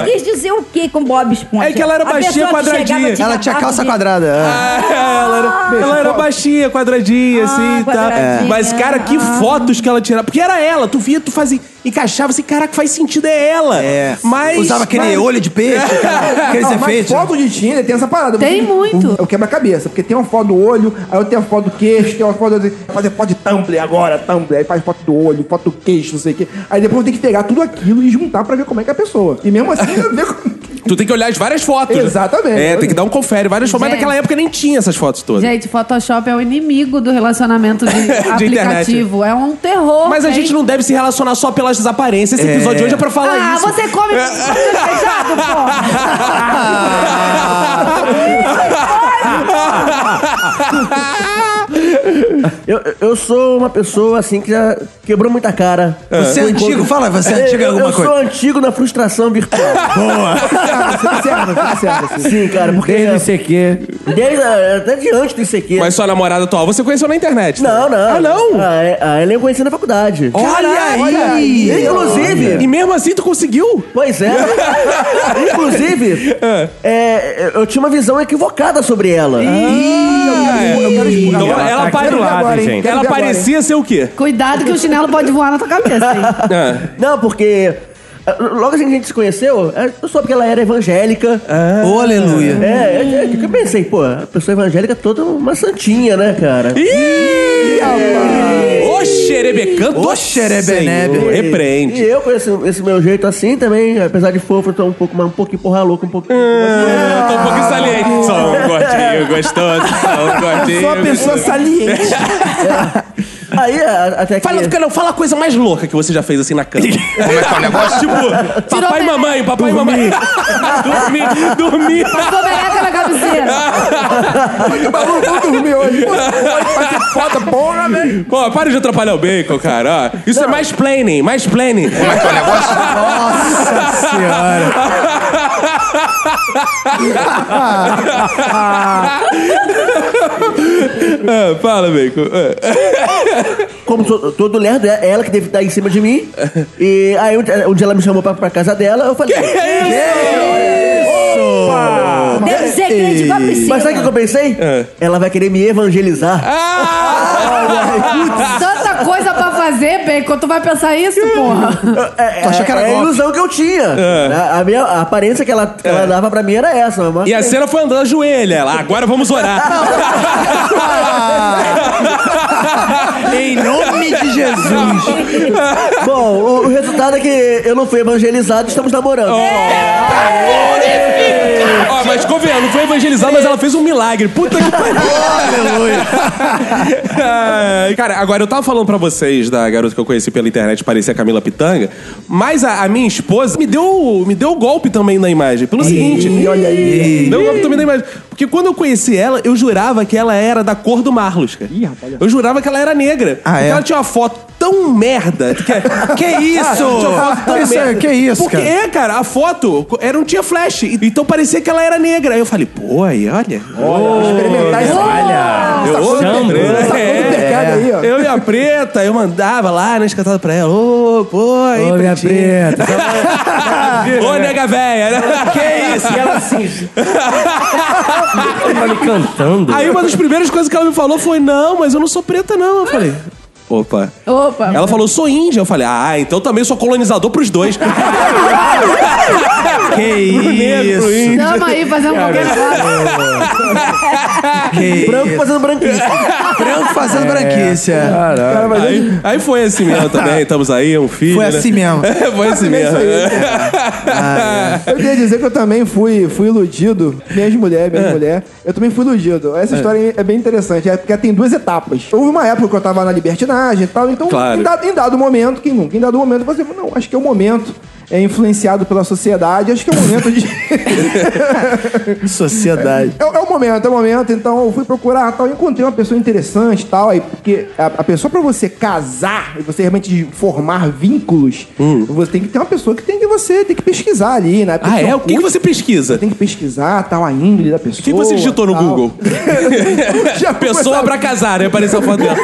D: Você quis dizer o que com Bob Esponja?
A: Ah. É que ela era
D: A pessoa
A: baixinha,
D: que chegava,
A: quadradinha.
B: Ela tinha
D: garrafa
B: calça
D: de-
B: quadrada. é.
A: Ah, ela era, ela era baixinha, quadradinha, assim e tal.
D: quadradinha.
A: Mas, cara, que fotos que ela tirava. Porque era ela, tu via, tu fazia, encaixava assim, caraca, faz sentido, é ela.
B: É.
A: Mas.
B: Usava aquele
A: mas-
B: olho de peixe, aquela- aqueles
E: Não, mas
B: efeitos.
E: foto de Tinder tem essa parada.
F: Tem
E: Você-
F: muito.
E: o- É o quebra-cabeça, porque tem uma foto do olho, aí eu tenho uma foto do queixo, tem é uma foto do... Fazer foto de Tumblr agora, Tumblr, aí faz foto do olho, foto do queixo, não sei o quê. Aí depois tem que pegar tudo aquilo e juntar pra ver como é que é a pessoa. E mesmo assim, ver como...
A: Tu tem que olhar as várias fotos. né?
E: Exatamente.
A: É, tem que dar um confere, várias fotos. Mas
F: Gente.
A: naquela época nem tinha essas fotos todas.
F: Gente, Photoshop é o inimigo do relacionamento de, aplicativo. É um terror.
A: Mas a
F: hein?
A: gente não deve se relacionar só pelas aparências. Esse episódio de hoje é pra falar
F: Ah,
A: isso.
F: você come fechado, porra.
C: Eu, eu sou uma pessoa, assim, que já quebrou muita cara.
B: Você é antigo? Fala, você é antigo em
C: eu,
B: alguma
C: eu
B: coisa.
C: sou antigo na frustração virtual.
A: assim.
C: Sim, cara, porque...
E: É.
C: é,
G: Desde isso aqui.
C: Desde, é, até de antes do ICQ.
A: Mas sua namorada atual, você conheceu na internet. né?
C: Não, não.
A: Ah, não?
C: Ah, é- ah, ela eu conheci na faculdade.
A: Olha aí!
C: Inclusive...
A: E mesmo assim tu conseguiu?
C: Pois é. Inclusive,
A: Ah.
C: é, eu tinha uma visão equivocada sobre ela.
A: Eu quero explorar. Então,
G: Ela
A: ela
G: tá
A: pare-
G: aqui do lado,
A: agora, hein?
G: gente.
A: Ela
E: Quero ver agora,
A: parecia ser o quê?
F: Cuidado que o chinelo pode voar na tua cabeça, hein?
A: Ah,
C: Não, porque ah, logo assim que a gente se conheceu, eh, eu soube que ela era evangélica.
A: Ah.
B: Oh, aleluia.
C: É, é, é, que eu pensei, pô, a pessoa evangélica é toda uma santinha, né, cara?
A: Ih, rapaz! Ô, xerebecanto!
B: Ô, xerebenebe.
A: Senhor,
C: E
A: Repreende.
C: eu com esse, esse meu jeito assim também, apesar de fofo, eu tô um pouco, mas um pouquinho porra louca, um pouquinho.
A: Ah, tô um pouco saliente. Só um gordinho gostoso. Só um gordinho.
E: Sou uma pessoa
A: gostoso.
E: saliente.
C: Aí, a- até que.
A: Fala, cara, fala a coisa mais louca que você já fez assim na cama. Como é que é o negócio? Tipo,
F: Tirou
A: papai e
F: bebê.
A: mamãe, papai e mamãe. dormir, dormir.
F: Passou bereca na cabeceira.
E: Maluco, vou dormir hoje. Pô, Vai ser foda, porra, velho.
A: Pô, para de atrapalhar o bacon, cara. ó. Isso é mais planning, mais planning. Como é que é o negócio?
B: Nossa senhora.
A: Ah, fala, bacon. Ah.
C: Como to- todo lerdo, é ela que deve estar em cima de mim. E aí, um dia- um dia ela me chamou pra, pra casa dela, eu falei.
B: é
D: Deve ser crente com a piscina.
C: Mas sabe o que eu pensei?
B: Ah.
C: Ela vai querer me evangelizar.
A: Ah!
F: Tanta coisa pra fazer, Bacon. Tu vai pensar isso, porra?
C: É,
B: Tu achou que era
C: é a
B: golpe? Ah. É.
C: ilusão que eu tinha. A, a minha a aparência que ela, que ela dava pra mim era essa. Mas
A: E a cena foi andando ajoelha. Ela, agora vamos orar.
B: Em nome de Jesus.
C: Bom, o, o resultado é que eu não fui evangelizado, estamos namorando.
A: Ó, mas convenha, não foi evangelizar, mas ela fez um milagre. Puta que pariu. Ai, Cara, agora eu tava falando pra vocês da garota que eu conheci pela internet, parecia a Camila Pitanga, mas a, a minha esposa me deu me deu golpe também na imagem. Pelo seguinte, olha aí. Deu golpe também na imagem. Porque quando eu conheci ela, eu jurava que ela era da cor do Marlos, cara. Eu jurava que ela era negra.
B: Ah,
A: Porque
B: é?
A: ela tinha uma foto tão merda. Que, é
B: Que isso? Isso é- que isso,
A: Porque,
B: cara?
A: é, cara, a foto era, não tinha flash. E- Então parecia que ela era negra. Aí eu falei, pô, aí olha.
E: Experimentar isso.
A: eu, ô,
G: samba.
A: negra,
E: Essa coisa do
A: é.
E: pecado aí, ó.
A: Eu e a preta, eu mandava lá, né, escantado pra ela. Ô, pô, aí,
G: Ô, minha
A: pretinha.
G: preta.
A: Ô, nega véia, né? Que isso?
G: E ela assim. Ela me cantando.
A: tá Aí uma das primeiras coisas que ela me falou foi: não, mas eu não sou preta, não. Eu falei. Opa.
F: Opa.
A: Ela falou, sou índia. Eu falei, ah, então também sou colonizador pros dois.
B: Que isso?
F: Tamo aí fazendo qualquer negócio.
B: Que
C: Branco fazendo branquice.
B: Branco fazendo branquice. é.
A: Cara, mas aí, aí foi assim mesmo também, estamos aí, é um filho.
B: Foi
A: né?
B: assim mesmo.
A: É, foi assim mesmo.
E: Eu queria dizer que eu também fui, fui iludido. Minha ex-mulher, minha
A: É.
E: mulher. Eu também fui iludido. Essa história é bem interessante, é porque tem duas etapas. Houve uma época que eu tava na libertinagem e tal, então
A: Claro.
E: em, dado, em dado momento, quem nunca, em dado momento, você fala, não, acho que é o momento. É influenciado pela sociedade, acho que é o momento de.
B: Sociedade.
E: É, é o momento, é o momento. Então eu fui procurar tal, encontrei uma pessoa interessante tal. Aí, porque a, a pessoa pra você casar e você realmente formar vínculos, você tem que ter uma pessoa que tem que você tem que pesquisar ali, né?
A: Hum. Ah, é? O que que você pesquisa?
E: tem que pesquisar tal, a índole da pessoa.
A: O que você digitou no
E: tal.
A: Google?
E: Já
A: Pessoa pra casar, né? Apareceu a foto dela.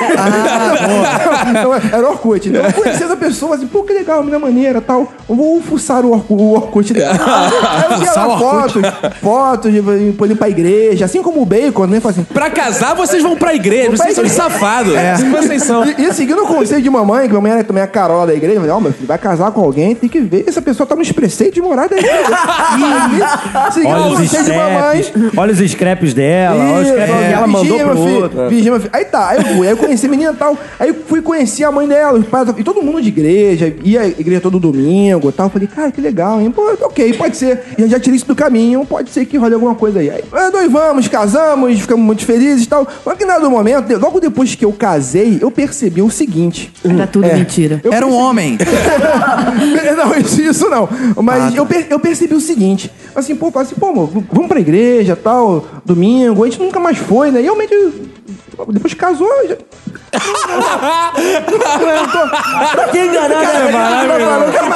E: então, era Orkut. Então, eu conheci essa pessoa, assim, pô, que legal, menina maneira tal. Eu Vou fuçar o, Orku, o Orkut dela. Aí eu vi
B: Fuçar o
E: ela
B: Orkut.
E: fotos, fotos de poder ir pra igreja, assim como o Bacon, né? Falei assim,
A: Pra casar, vocês vão pra igreja. Vocês são safados. É. Vocês são.
E: E, e seguindo o conselho de mamãe, que mamãe era também a Carola da igreja, eu falei, ó, meu filho, vai casar com alguém, tem que ver. Essa pessoa tá nos preceitos de morar da igreja. E, seguindo
G: Olha
E: o
G: os
E: conselho de mamãe.
G: scraps. Olha os scraps dela. Olha os
E: Isso,
G: scraps que É, ela mandou
E: vigia, meu
G: pro
E: filho,
G: outro.
E: vigia, meu filho. Aí tá, aí eu fui, aí eu conheci a menina e tal. Aí eu fui conhecer a mãe dela, os pais, e todo mundo de igreja, ia à igreja todo domingo e tal. Eu falei, cara, que legal, hein? Pô, ok, pode ser. E eu já tirei isso do caminho, pode ser que role alguma coisa aí. Aí é, nós vamos, casamos, ficamos muito felizes e tal. Mas que nada do momento, de- logo depois que eu casei, eu percebi o seguinte.
D: Tá
E: É,
F: Era tudo mentira.
E: Eu
B: Era um homem.
E: não, isso, isso não. Mas eu, per- eu percebi o seguinte: assim, pô, fala assim, pô, amor, v- vamos pra igreja tal, domingo, a gente nunca mais foi, né? E realmente. Depois que casou. eu Já...
C: Quem enganar, né, mano?
B: Calma, calma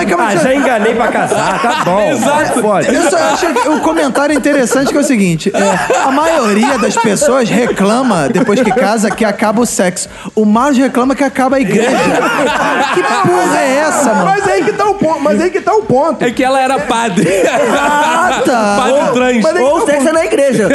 B: aí, calma
G: Ah,
B: aí.
G: já enganei pra casar, tá bom. Exato. Pode.
B: Eu só acho que o comentário interessante que é o seguinte: é, a maioria das pessoas reclama, depois que casa, que acaba o sexo. O Marlos reclama que acaba a igreja. Que porra é essa, mano?
E: Mas aí que tá o ponto. Mas aí que tá o ponto.
A: É que ela era padre.
B: Ah, tá.
A: padre trans.
E: Mas aí que tá
C: Ou
E: o
C: sexo é na igreja.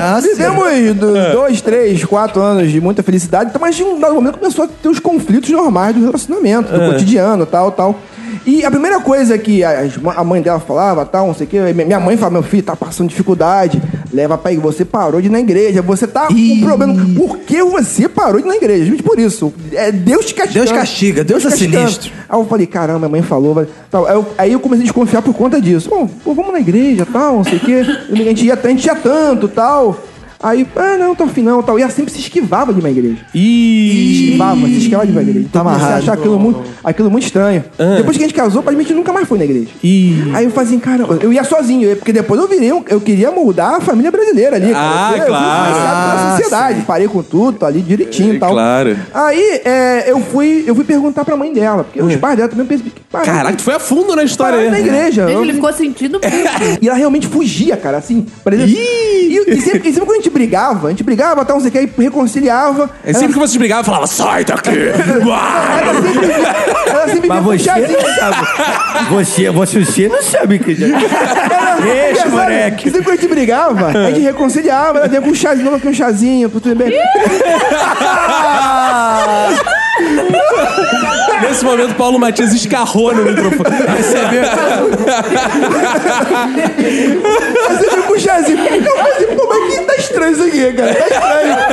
B: Ah, sim.
E: Vivemos do- dois, três, quatro anos de muita felicidade, então, mas de um dado momento começou a ter os conflitos normais do relacionamento, do cotidiano, tal, tal. E a primeira coisa que as ma- a mãe dela falava, tal, não sei o quê, mi- minha mãe falava, meu filho, tá passando dificuldade, leva pra igreja, você parou de ir na igreja, você tá com um problema. Por que você parou de ir na igreja? Gente, por isso. É Deus te castiga.
B: Deus castiga, Deus é sinistro.
E: Aí eu falei, caramba, minha mãe falou. vai- Tal. Aí, eu, aí eu comecei a desconfiar por conta disso. Bom, pô, vamos na igreja, tal, não sei o quê. A gente ia, a gente ia tanto, tal. Aí, ah, não, tô afim não, tal. E ela sempre se esquivava de uma igreja. Se
A: Ih.
E: esquivava, se esquivava de uma igreja. Então,
B: Tá
E: eu comecei a
B: amarrado.
E: achar aquilo muito, aquilo muito estranho. Depois que a gente casou, a gente nunca mais foi na igreja.
A: Ah. Ih.
E: Aí eu falei assim, cara, eu ia sozinho, eu- porque depois eu virei, um- eu queria moldar a família brasileira ali.
A: Ah,
E: Eu- eu fui
A: claro. É,
E: influenciado pela
B: Ah,
E: sociedade, parei com tudo, tô ali direitinho e tal.
A: claro.
E: Aí é, eu, fui, eu fui perguntar pra mãe dela, porque os pais dela também percebi que pararam-
A: Ah. Caraca, tu foi a fundo na história. é
E: pararam
A: aí.
E: na igreja.
F: Gente,
E: Eu-
F: ele ficou sentindo muito.
E: e ela realmente fugia, cara, assim. Por exemplo, e, e sempre, e sempre quando a gente brigava, a gente brigava, tal, não sei o que, aí reconciliava.
A: É sempre que vocês brigavam, eu falava, sai daqui!
E: Ela sempre, ela sempre
G: Mas
E: vinha com
G: você
E: chazinho.
G: não sabe. Você,
E: é
G: você, você não sabe que já. Deixa,
E: Engraçado,
G: moleque.
E: Sempre que a gente brigava, a gente reconciliava, ela vinha com um chazinho, ela com um chazinho, tudo bem.
A: Nesse momento, Paulo Matias escarrou no microfone.
E: Ela sempre com um chazinho. Eu falei assim, pô, mas que tá estranho isso aqui, cara. Tá estranho.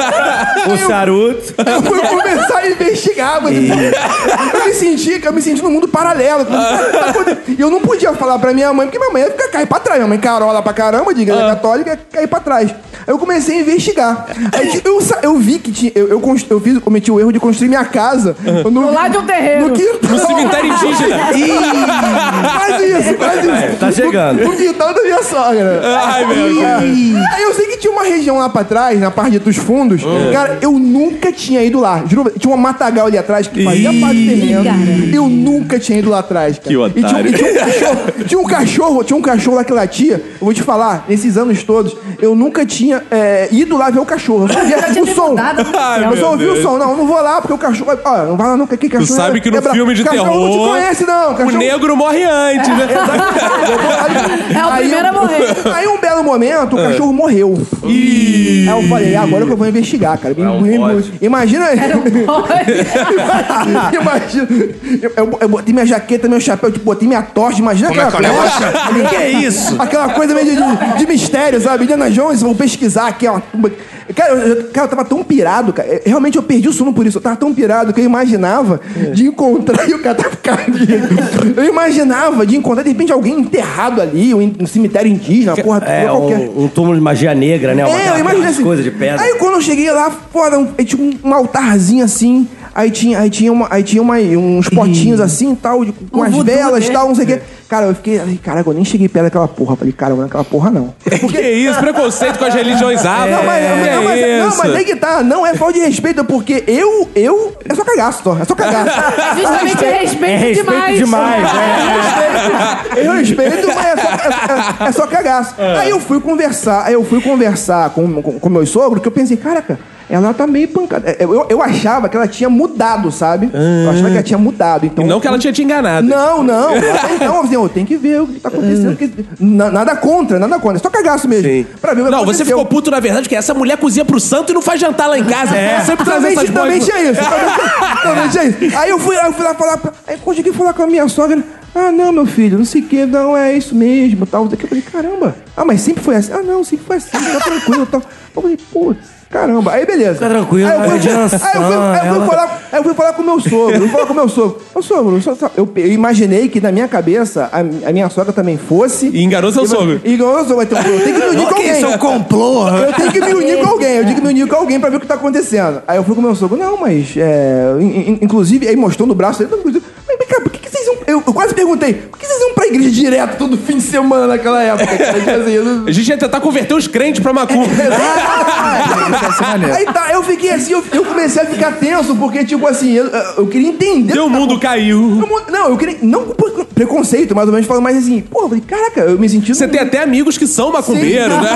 G: O charuto.
E: Eu fui começar a investigar, mas eu me senti, eu me senti num mundo paralelo. E eu não podia falar pra minha mãe, porque minha mãe ia ficar cair pra trás. Minha mãe carola pra caramba, de
A: Ah.
E: igreja católica, ia cair pra trás. Aí eu comecei a investigar. Aí eu, sa- eu vi que tinha. Eu, eu, const- eu fiz, cometi o erro de construir minha casa no,
F: Do lado de um terreiro.
E: no quintal.
A: Ah. No cemitério indígena.
E: Faz isso, faz isso.
G: Tá chegando.
E: No quintal da minha sogra.
A: Ai, meu
E: Ih. Aí eu sei que tinha uma região lá pra trás, na parte dos fundos.
A: Ah.
E: Cara, eu nunca tinha ido lá. Juro, tinha uma matagal ali atrás que fazia parte do terreno. Eu nunca tinha ido lá atrás, cara.
A: Que
E: E tinha,
A: otário.
E: e tinha um cachorro, tinha um cachorro, tinha um cachorro lá que latia. Eu vou te falar, nesses anos todos, eu nunca tinha é, ido lá ver o cachorro. Eu só ouvia
F: Já tinha
E: o som.
F: mudado, né?
A: Ai,
E: eu
A: meu
E: só ouvi
A: Deus.
E: o som. Não, eu não vou lá porque o cachorro... vai- Ó, não vai lá nunca que cachorro...
A: sabe
E: é-
A: que no
E: é bravo.
A: filme de
E: Cachorro não
A: terror,
E: te conhece, não.
A: O
E: Cachorro
A: negro morre antes, né?
E: eu vou lá e-
F: É o primeiro a morrer.
E: Aí um belo momento, o cachorro morreu. grupo. Aí eu falei, "É, agora que eu vou investigar, cara. Me engoli muito. Imagina.
F: É
E: Imagina. Eu, eu- eu botei minha jaqueta, meu chapéu, tipo, botei minha tocha, imagina
K: Como é
E: aquela
K: que é o
E: coisa.
K: negócio?
E: Falei,
K: Que é isso?
E: Aquela coisa meio de, de- de mistério, sabe? Indiana Jones, vou pesquisar aqui, ó. Cara eu, eu- cara, eu tava tão pirado, cara. Eu- Realmente eu perdi o sono por isso. Eu tava tão pirado que eu imaginava de encontrar e o cara tava cardíaco. Eu imaginava de encontrar, de repente, alguém enterrado ali, ou em um cemitério indígena, uma porra,
G: É,
E: qualquer.
G: um, um túmulo de magia negra, né?
E: É, eu imaginei assim.
G: Coisa de pedra.
E: Aí quando eu cheguei lá, fora, um, aí tinha um, um altarzinho assim. Aí tinha, aí tinha, uma, aí tinha uma- uns potinhos assim e tal, de- com
K: Um
E: as
K: voodoo,
E: velas e
K: né?
E: tal, não sei o quê. Cara, eu fiquei, ai, caraca, eu nem cheguei perto daquela porra. Falei, cara, eu não naquela porra não.
A: Que isso? Preconceito com as religiões árabes.
E: É. Não, mas,
A: Que
E: não, mas,
A: é isso?
E: não, mas aí que tá, não é falta de respeito, porque eu, eu, é só cagaço, só, é só cagaço.
F: Justamente é respeito É respeito demais. demais,
E: é. Eu respeito, mas é só, é, é só cagaço. Aí eu fui conversar, aí eu fui conversar com, com, com meu sogro, que eu pensei, caraca, ela tá meio pancada. Eu, eu, eu achava que ela tinha mudado, sabe? Eu achava que ela tinha mudado, então...
A: Não que ela tinha te enganado.
E: Não, não. Até Então, assim, eu tenho que ver o que tá
A: É.
E: acontecendo. que- na- nada contra, nada contra. É só cagaço mesmo. Pra ver o que
A: Não, você
E: aconteceu.
A: ficou puto, na verdade, porque essa mulher cozinha pro santo e não faz jantar lá em casa.
E: É.
A: Sempre traz
E: Também,
A: essas
E: também
A: boas-
E: tinha isso. Também, também tinha isso. Aí eu fui, aí eu fui lá falar. pra- Aí eu consegui falar com a minha sogra. Ah, não, meu filho, não sei o que, não, é isso mesmo, tal. Daqui eu falei, caramba. Ah, mas sempre foi assim. Ah, não, sempre foi assim, tá tranquilo, tal. Eu falei, pô, caramba. Aí beleza. Fica
G: tranquilo,
E: aí eu
G: não
E: fui,
G: é adianção,
E: aí eu fui, aí eu fui
G: ela-
E: falar, aí eu fui falar com meu sogro. Eu fui falar com meu sogro. Ô, sogro, eu, só- só- eu- eu imaginei que na minha cabeça a, a minha sogra também fosse. E
A: enganou seu sogro.
E: E enganou seu sogro. Então, eu tenho que me unir com
K: Ok,
E: alguém.
K: isso é um complô.
E: Eu tenho que me unir com alguém, eu tenho que me unir com alguém pra ver o que tá acontecendo. Aí eu fui com o meu sogro, não, mas é, in- in- inclusive, aí mostrou no braço dele, não, inclusive, mas mas, cara, por que, que vocês iam. Eu, eu quase perguntei, por que vocês iam pra igreja direto todo fim de semana naquela época? cara? Tipo assim, eu não-
A: A gente ia tentar converter os crentes pra macumba.
E: Aí tá, eu fiquei assim, eu, eu comecei a ficar tenso, porque, tipo assim, eu, eu queria
A: é,
E: entender. Meu
A: mundo caiu.
E: Não, eu queria. Não por preconceito, mais ou menos, falo, mas assim, porra, eu falei, caraca, eu me senti. um Você
A: tem até amigos que são macumbeiros, né?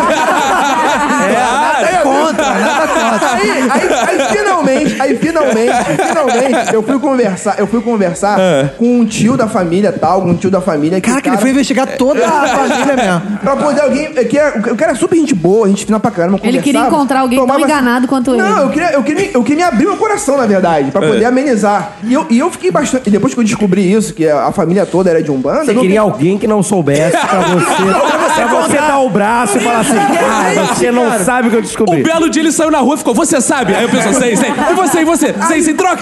E: nada contra, nada contra. Aí, aí, aí finalmente, aí finalmente, finalmente, eu fui conversar, eu fui conversar com um tio da família, tal, um tio da família. Caraca,
B: ele foi investigar toda a família mesmo.
E: Pra poder alguém. Que era, o cara era super gente boa, a gente fina pra caramba.
F: Ele queria
E: conversava,
F: encontrar alguém tão
E: tomava- assim
F: enganado quanto ele.
E: Não, eu queria, eu, queria, eu queria abrir meu coração, na verdade, pra
G: É.
E: poder amenizar. E eu, e eu fiquei bastante. E depois que eu descobri isso, que a a família toda era de Umbanda.
G: Você
E: eu não-
G: queria alguém que não soubesse pra você. pra você dar o braço e falar assim: ah, você não sabe o que eu descobri.
A: Um belo dia ele saiu na rua e ficou, você sabe? Aí eu pensou, sei, sei. E você, e você? Sei, sei, troca.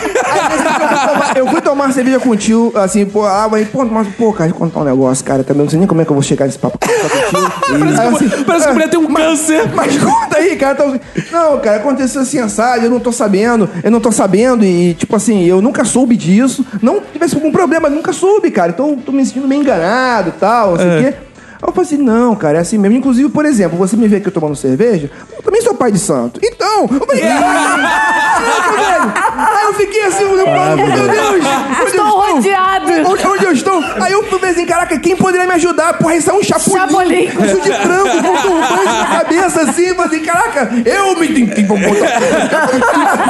E: Eu fui tomar cerveja com o tio, assim, pô, ah, mas, pô, mas, pô, cara, deixa eu contar um negócio, cara, também não sei nem como é que eu vou chegar nesse papo. assim,
A: Parece, que, a mu- parece que a mulher tem um câncer.
E: Mas conta aí, cara. tá- Não, cara, aconteceu assim, assado, eu não tô sabendo, eu não tô sabendo, e tipo assim, eu nunca soube disso. Não tivesse algum problema, nunca soube, cara. Então eu tô me sentindo meio enganado e tal, não sei o quê. Aí eu falei assim, não, cara, é assim mesmo. Inclusive, por exemplo, você me vê aqui tomando cerveja, eu também sou pai de santo. Então, eu falei, caraca, velho. Aí eu fiquei assim, eu falei, meu Deus, onde eu
F: Estou rodeado.
E: Onde, É onde eu estou? Aí eu falei assim, caraca, quem poderia me ajudar? Porra, isso é um chapulim.
F: Chapulim.
E: Com isso de frango, com um turbante na cabeça, assim. Eu falei assim, caraca, eu me... Tem, tem,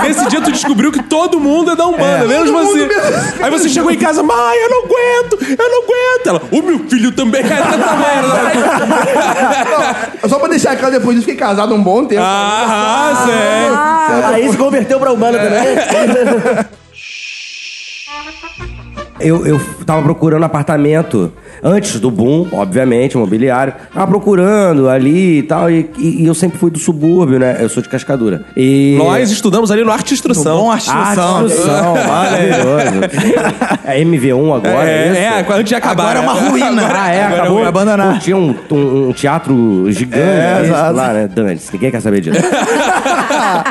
A: Nesse dia tu descobriu que todo mundo é da Umbanda,
E: É.
A: menos
E: Todo mundo
A: você.
E: mesmo.
A: Aí você chegou em casa, mãe, eu não aguento, eu não aguento. Ela, o meu filho também é da merda.
E: Só pra deixar claro, depois disso, fiquei casado um bom tempo.
A: Ah, sério.
C: Aí se converteu pra humana também.
G: Eu, eu tava procurando apartamento antes do boom, obviamente, imobiliário. Tava procurando ali e tal. E, e- e eu sempre fui do subúrbio, né? Eu sou de Cascadura. E...
A: Nós estudamos ali no Arte e Instrução.
G: Ah, No bom
A: Arte
G: Arte
A: e
G: e Instrução. É. maravilhoso. É MV1 agora?
A: É,
G: isso?
A: é, antes de acabar. Agora é uma ruína.
G: Ah, é,
A: Agora é
G: acabou.
A: uma-
G: Pô, Tinha um, um- um teatro gigante
A: É,
G: né,
A: exato.
G: lá, né? Dane-se, ninguém quer saber disso.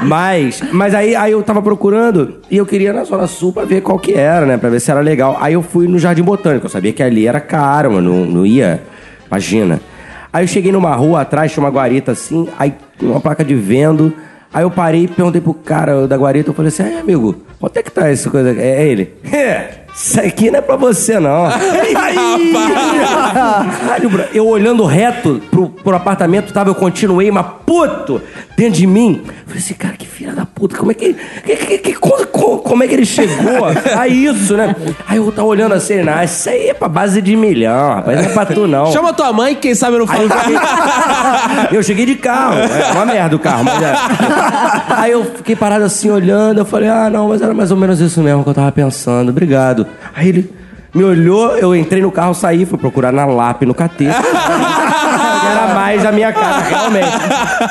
G: mas mas aí, aí eu tava procurando e eu queria ir na Zona Sul pra ver qual que era, né? Pra ver se era legal. Aí eu fui no Jardim Botânico, eu sabia que ali era caro, mano, não, não ia. Imagina. Aí eu cheguei numa rua atrás, tinha uma guarita assim, aí uma placa de vendo. Aí eu parei e perguntei pro cara da guarita, eu falei assim, "Aí, amigo, quanto é que tá essa coisa? aqui?" É, é ele. Isso aqui não é pra você, não. Caralho, bro. Eu olhando reto pro, pro apartamento, tava, eu continuei, mas puto, dentro de mim. Falei assim, cara, que filha da puta, como é que. que- que- que- co- co- como é que ele chegou a isso, né? Aí eu tava olhando assim, não, isso aí é pra base de milhão, rapaz, não é pra tu, não.
A: Chama tua mãe, que quem sabe eu não falo.
G: Eu cheguei de carro, é uma merda o carro, mas é. Aí eu fiquei parado assim olhando, eu falei, ah, não, mas era mais ou menos isso mesmo que eu tava pensando, obrigado. Aí ele me olhou, eu entrei no carro, saí, fui procurar na LAP, no KT. era mais a minha cara, realmente.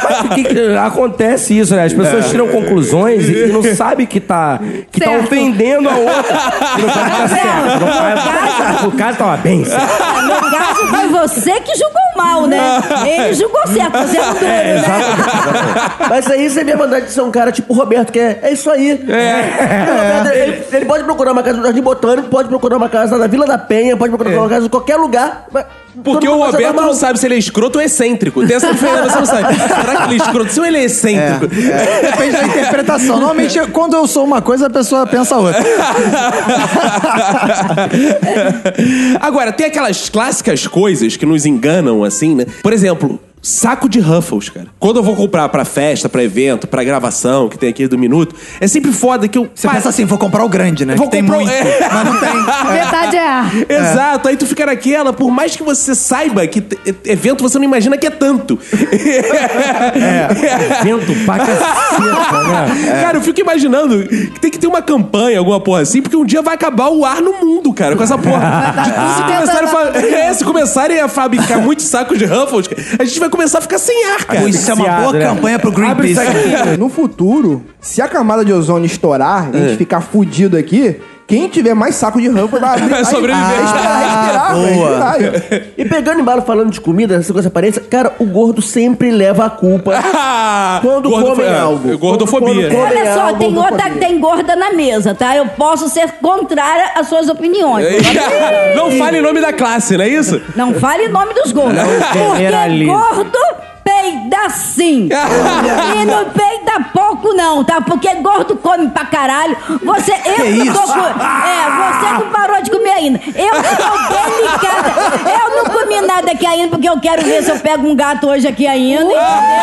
G: Mas o que que- acontece isso, né? As pessoas tiram conclusões e, e não sabem que tá, que tá
H: Certo.
G: ofendendo a outra. E não sabe que tá certo. Não sabe- O caso tá uma benção.
D: No caso, foi você que julgou mal, né? Ele julgou certo, né? você não doeu.
C: Mas aí você me mandar de ser um cara tipo o Roberto, que é, é isso aí. É. Roberto, Ele, ele pode procurar uma casa no Jardim Botânico, pode procurar uma casa na Vila da Penha, pode procurar uma casa em qualquer lugar. mas
A: Porque
C: todo
A: o
C: mundo vai ser
A: Roberto
C: normal.
A: não sabe se ele é escroto ou excêntrico. Tem essa diferença, você não sabe. Será que ele é escroto? Se ele é excêntrico.
B: é. Depende da interpretação. Normalmente, quando eu sou uma coisa, a pessoa pensa outra.
A: Agora, tem aquelas clássicas coisas que nos enganam, assim, né? Por exemplo, saco de Ruffles, cara. Quando eu vou comprar pra festa, pra evento, pra gravação, que tem aqui do minuto, é sempre foda que eu.
B: Você pensa assim, vou comprar o grande, né?
A: Vou
B: que tem
A: comprar o-
B: muito,
A: É.
B: mas não tem.
F: Metade é ar.
A: Exato, aí tu fica naquela, por mais que você saiba que t- e- evento você não imagina que é tanto.
G: Vento pra caceta, né?
A: Cara, eu fico imaginando que tem que ter uma campanha, alguma porra assim, porque um dia vai acabar o ar no mundo, cara, com essa porra. se, começarem a fa- é, se começarem a fabricar muitos sacos de Ruffles, cara, a gente vai começar a ficar sem ar, cara.
B: Pô, isso é uma boa
G: né?
B: campanha pro
G: Abre isso
B: Greenpeace.
G: aqui.
E: É, No futuro, se a camada de ozônio estourar e a
G: É.
E: gente ficar fudido aqui, quem tiver mais saco de rampa vai abrir.
A: Vai sobreviver.
G: Ah,
E: Respirar, respirar,
B: boa.
E: velho, caralho.
C: E pegando embalo falando de comida, essa coisa aparência, cara, o gordo sempre leva a culpa. Quando
A: Gordo-
C: comem
A: é,
C: algo.
A: Gordofobia.
C: Quando- quando
D: Olha só,
C: algo,
D: tem
C: vou
D: outra
C: fazer.
D: que tem gorda na mesa, tá? Eu posso ser contrária às suas opiniões.
A: Não fale em nome da classe, não é isso?
D: Não fale em nome dos gordos. Porque
G: generaliza.
D: gordo peida sim. e não peida pouco, não, tá? Porque gordo come pra caralho. Você, eu que tô com- É, você não parou de comer ainda. Eu que tô delicada. Eu não comi nada aqui ainda, porque eu quero ver se eu pego um gato hoje aqui ainda.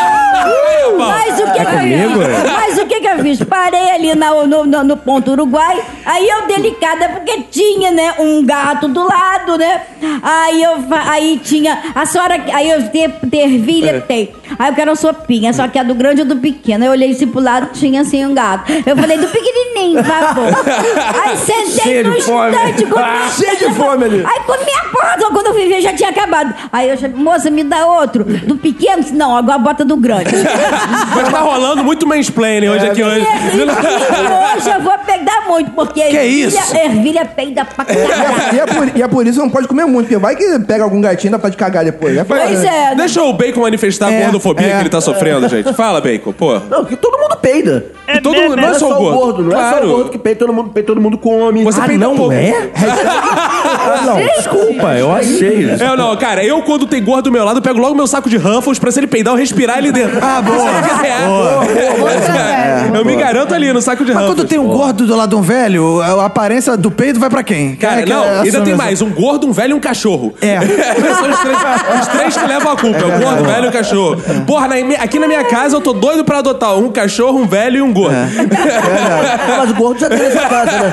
D: entendeu? Mas o que, que eu fiz? Mas o que, que eu fiz? Parei ali na- no, no- no ponto Uruguai, aí eu delicada, porque tinha, né, um gato do lado, né? Aí eu fa- aí tinha. A senhora. Aí eu
G: É.
D: ter, tervilha tem. Aí eu quero uma sopinha, só que é do grande ou do pequeno. Eu olhei assim pro lado, tinha assim um gato. Eu falei, do pequenininho, por favor. Aí sentei
G: Cheio
D: no
G: de fome. Ah,
D: instante, comi.
G: Cheio de fome ali.
D: Aí comi a porra, só quando eu fui ver já tinha acabado. Aí eu falei, moça, me dá outro. Do pequeno? Não, agora bota do grande.
A: Mas tá rolando muito mansplaining hoje aqui hoje.
D: E É, hoje eu vou pegar muito, porque ervilha,
B: isso?
D: ervilha peida pra
E: E
D: caralho.
E: é, por, e é por isso que não pode comer muito, porque vai que pega algum gatinho e dá pra de cagar depois. É foda,
D: Pois
E: né?
D: é.
A: Deixa o Bacon manifestar a gordofobia que ele tá sofrendo, gente. Fala, Bacon, pô.
C: Não, que todo mundo peida.
A: É todo mundo- não é só o gordo.
C: não é né, só
A: Claro.
C: o gordo que peida, todo mundo peida, todo mundo come.
A: Você
C: Ah,
A: peida
C: não
A: pouco.
C: é?
G: Não, desculpa, eu achei. isso.
A: Eu É, não, cara, eu quando tem gordo do meu lado, eu pego logo meu saco de Ruffles pra se ele peidar eu respirar ele dentro. Ah, boa. É.
F: estratégia.
A: Eu me garanto ali no saco de
B: Mas
A: Ruffles.
B: quando tem um gordo do lado de um velho, a a aparência do peido vai pra quem?
A: Cara,
B: Quem é que
A: não,
B: é essa
A: ainda tem
B: mesma?
A: mais. Um gordo, um velho e um cachorro.
B: É.
A: São os três, os três que levam a culpa. É o gordo, o velho e o cachorro. Porra, na mi- aqui na minha casa eu tô doido pra adotar um cachorro, um velho e um gordo.
C: Ah, Mas o gordo já tem essa casa, né?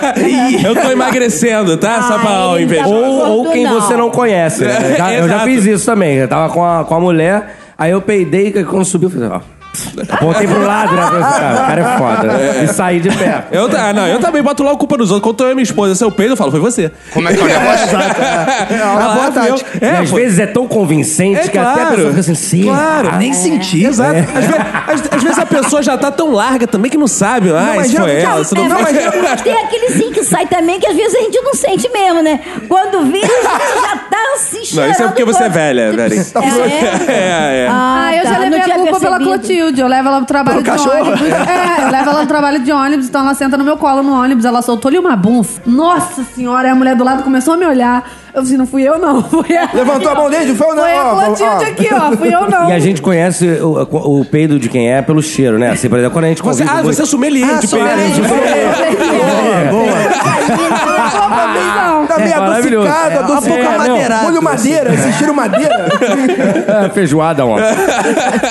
A: Eu tô emagrecendo, tá? Só pra
D: Ai,
A: ó,
D: ele
A: inveja.
D: tá
G: Ou, ou
D: Gordo
G: quem
D: não.
G: você não conhece. né? Eu já- eu já
A: Exato.
G: fiz isso também. Eu tava com a, com a mulher, aí eu peidei e quando subiu, eu falei, ó. Apontei pro lado, né? Falei, Cara, o cara é foda. né? E saí de pé.
A: Eu, ta- ah, não, eu também boto logo a culpa nos outros. Quando eu e minha esposa, seu peido, eu falo, foi você.
H: Como é que é o negócio?
A: É,
B: uma boa tática.
G: E às vezes é tão convincente
A: É
G: que até a pessoa
A: claro.
G: fica assim, sim. ah."
A: Claro.
B: Nem senti.
A: Exato.
E: É.
A: Às, ve- às- às vezes a pessoa já tá tão larga também que não sabe. Ah,
E: mas
A: isso
E: já-
A: foi
E: já-
A: ela. Isso não,
D: É,
A: foi-
D: mas, mas tem aquele sim que sai também, que às vezes a gente não sente mesmo, né? Quando vê, já tá se
A: Não,
D: cheirando
A: isso é porque você é
D: todo.
A: velha, velho.
D: É, é.
A: É, é.
F: Ah, eu
D: tá,
F: já
D: não
F: levei a
D: tinha
F: culpa pela
D: percebido.
F: Deerfield, Ah, eu levo ela pro trabalho de ônibus. É, eu levo ela pro trabalho de ônibus, então ela senta no meu colo no ônibus, ela soltou-lhe uma bunfa. Nossa senhora, aí a mulher do lado começou a me olhar. Eu disse, não fui eu não, foi ela.
E: Levantou a mão dele, foi ou não?
F: Foi a
E: Ó, ó,
F: Clotilde
E: ó.
F: aqui, ó, fui eu não.
G: E a gente conhece o, o peido de quem é pelo cheiro, né? Assim, por exemplo, quando a gente
A: Você,
G: convida
A: ah,
G: muito-
A: você é sommelier de peido.
E: Tá meio
G: É, maravilhoso.
E: adocicado,
G: É,
E: adocicado.
G: é, não.
E: Molho madeira, esse cheiro madeira.
G: Ah, feijoada, ó.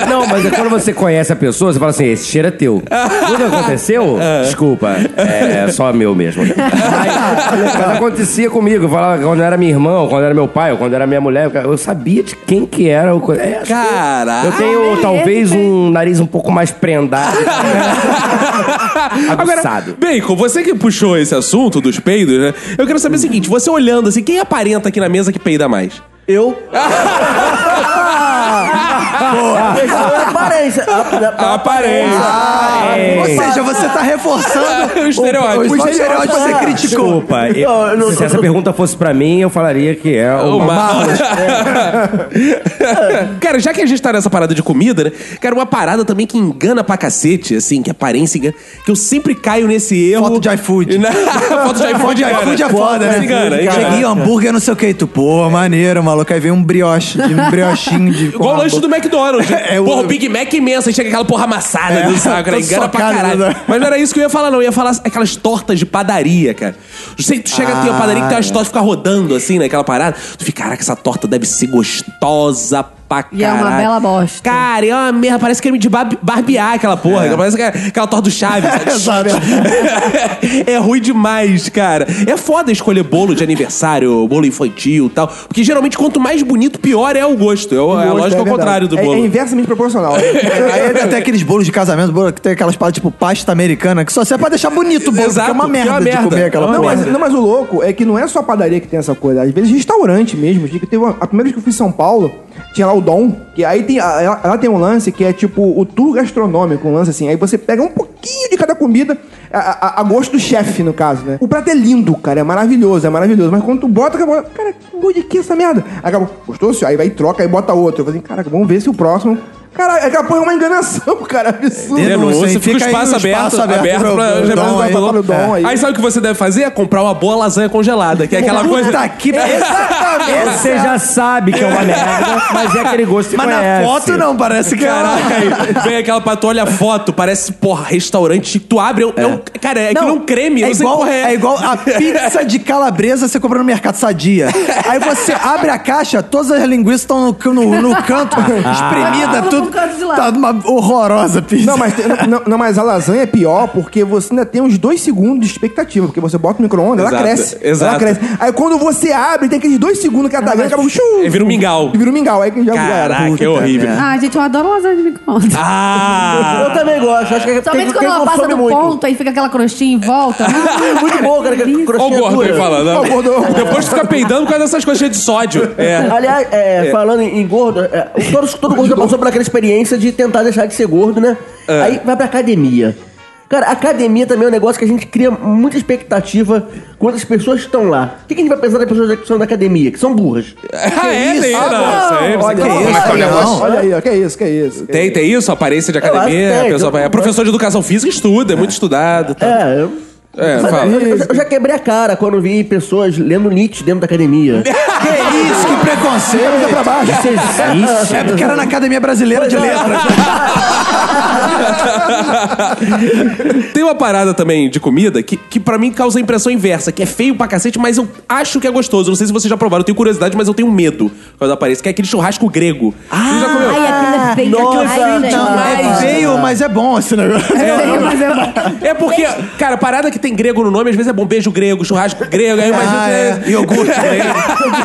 G: Não, mas é quando você conhece a pessoa, você fala assim, esse cheiro é teu. Tudo aconteceu? Desculpa, é só meu mesmo. Aí, mas acontecia comigo, eu falava quando era minha irmã, ou quando era meu pai, ou quando era minha mulher, eu sabia de quem que era. o co- É, acho que-
A: Caraca.
G: Eu tenho talvez um nariz um pouco mais prendado.
A: Agora,
G: Aguçado.
A: Bacon, você que puxou esse assunto dos peidos, né? Eu quero saber o seguinte: você olhando assim, quem aparenta aqui na mesa que peida mais?
C: Eu. Questão é aparência. ah, A- da- da
G: É.
B: Ou seja, você tá reforçando
A: É. O estereótipo.
B: o estereótipo que você criticou.
G: Desculpa, eu-
C: Não, eu não-
G: se essa pergunta fosse pra mim, eu falaria que é o
A: O Marlos.
B: É.
A: cara, já que a gente tá nessa parada de comida, né? Cara, uma parada também que engana pra cacete, assim, que aparência engana. Que eu sempre caio nesse erro.
B: Foto de iFood.
A: Na- Foto de iFood. engana.
B: iFood é foda, né?
A: Engana, engana.
B: Cheguei hambúrguer, não sei o que. Tu, pô, maneiro, maluco. Aí vem um brioche, de- um briochinho de.
A: Igual o lanche do McDonald's.
B: É, é o-
A: porra, o Big Mac é imenso, aí chega aquela porra amassada
B: É,
A: do saco, né?
B: todo
A: Engana pra
B: socado,
A: caralho.
B: né?
A: Mas não era isso que eu ia falar, não. Eu ia falar aquelas tortas de padaria, cara. Sei que tu chega aqui a
B: Ah,
A: padaria que tem umas
B: é.
A: tortas que ficam rodando, assim, naquela parada. Tu fica, caraca, essa torta deve ser gostosa pra caralho.
F: E é uma bela bosta.
A: Cara, é uma merda. Parece creme de barbe- barbear aquela porra. Parece que é aquela torta do Chaves. sabe? é ruim demais, cara. É foda escolher bolo de aniversário, bolo infantil e tal. Porque geralmente quanto mais bonito, pior é o gosto. É, o- é a lógica ao
E: verdade.
A: contrário do
E: É-
A: bolo.
E: É, inversamente proporcional.
B: Aí
E: é
B: tem até aqueles bolos de casamento, bolo que tem aquelas paradas tipo pasta americana, que só serve pra deixar bonito o bolo,
A: Exato,
B: porque é
A: que
B: uma
A: é
B: merda,
A: uma merda.
B: de comer aquela
E: Não
B: porra.
E: mas, não, mas o louco é que não é só padaria que tem essa coisa. Às vezes restaurante mesmo. Tipo, teve uma- a primeira vez que eu fui em São Paulo, tinha lá o Dom, que aí tem, a- ela, ela tem um lance que é tipo o tour gastronômico, um lance assim. Aí você pega um pouquinho de cada comida, a, a- a gosto do chefe, no caso, né? O prato é lindo, cara, é maravilhoso, é maravilhoso. Mas quando tu bota, acabou, cara, que gosto de que essa merda? Acabou, gostou? senhor? Aí vai e troca, aí bota outro. Eu falei assim, caraca, vamos ver se o próximo... Caralho, aquela porra é uma enganação, cara, absurdo.
B: Denúncia,
A: Denúncia, fica
B: hein?
A: o
B: Fica aí
A: espaço
B: o espaço
A: aberto, aberto,
B: aberto
A: pra-
B: pro-
A: já
B: pro
A: pra-
B: Dom
A: pra-
B: aí, É.
A: pra-
E: pro Dom
A: aí.
E: aí.
A: sabe o que você deve fazer? É comprar uma boa lasanha congelada, que é aquela coisa...
B: Puta que
G: Você já sabe que é uma merda, mas é aquele gosto que
B: Mas
G: conhece.
B: na foto não, parece que
A: Caraca, aí é vem aquela pra tu olha a foto, parece, porra, restaurante. Tu abre, é um, é um- cara, é que não um creme, eu
B: é
A: não sei
B: igual,
A: que porra
B: é. igual a pizza de calabresa você compra no mercado sadia. Aí você abre a caixa, todas as linguiças estão no, no, no canto, espremida,
F: Tudo
B: tudo.
F: pro canto de lá.
B: Tá uma horrorosa pizza.
E: Não mas, tem- não, não- não, mas a lasanha é pior porque você ainda tem uns dois segundos de expectativa. Porque você bota no micro-ondas, ela
A: Exato,
E: cresce.
A: exato.
E: Ela cresce. Aí quando você abre, tem aqueles dois segundos que ela tá grande, acaba
A: É, vira um mingau.
E: E vira um mingau. Aí que já já era.
A: Caraca, é horrível.
F: Ah, gente, eu adoro lasanha de micro-ondas.
C: Eu
A: Ah!
C: também gosto. Acho que é
F: Somente
C: quem, quem
F: quando ela passa
C: consome
F: do
C: muito.
F: ponto, aí fica aquela crostinha em volta. Ah,
C: Muito bom, cara. Que
F: delícia.
C: crochê
A: Olha o gordo aí
C: dura.
A: falando.
E: Ó,
A: né?
E: gordo.
A: Depois tu fica peidando por causa dessas coisas cheias de sódio. É.
C: Aliás, é, falando em, em gordo, é, todo, todo gordo já passou por aquela experiência de tentar deixar de ser gordo, né?
A: É.
C: Aí vai pra academia. Cara, academia também é um negócio que a gente cria muita expectativa quando as pessoas estão lá. O que, que a gente vai pensar das pessoas que são da academia, que são burras?
A: Ah, é, tem isso? Não, sei, você tá
E: Olha
L: Como é que
A: que-
E: aí,
L: é o
E: olha aí,
L: negócio?
E: Olha aí, ó. Que isso, que isso. que
A: Tem, tem isso, aparência de
C: acho que
A: academia.
C: tem,
A: a pessoa
C: que eu-
A: é professor de educação física estuda, é muito estudado. tá?
C: É, eu...
A: É,
C: Mas
A: fala.
C: eu, eu já- eu já quebrei a cara quando vi pessoas lendo Nietzsche dentro da academia.
B: Que É isso, que preconceito. pra baixo. É porque era na Academia Brasileira de Letras.
A: Tem uma parada também de comida que, que para mim causa a impressão inversa, que é feio pra cacete, mas eu acho que é gostoso. Não sei se vocês já provaram, eu tenho curiosidade, mas eu tenho medo quando aparece, que é aquele churrasco grego. Ah, já comeu?
D: Ai, aquilo é feio.
C: nossa,
D: demais, gente.
B: Não, é feio, mas é bom esse negócio.
A: É porque, cara, parada que tem grego no nome, às vezes é bom beijo grego, churrasco grego, aí eu imagino
B: Ah,
A: que
B: é. Iogurte grego.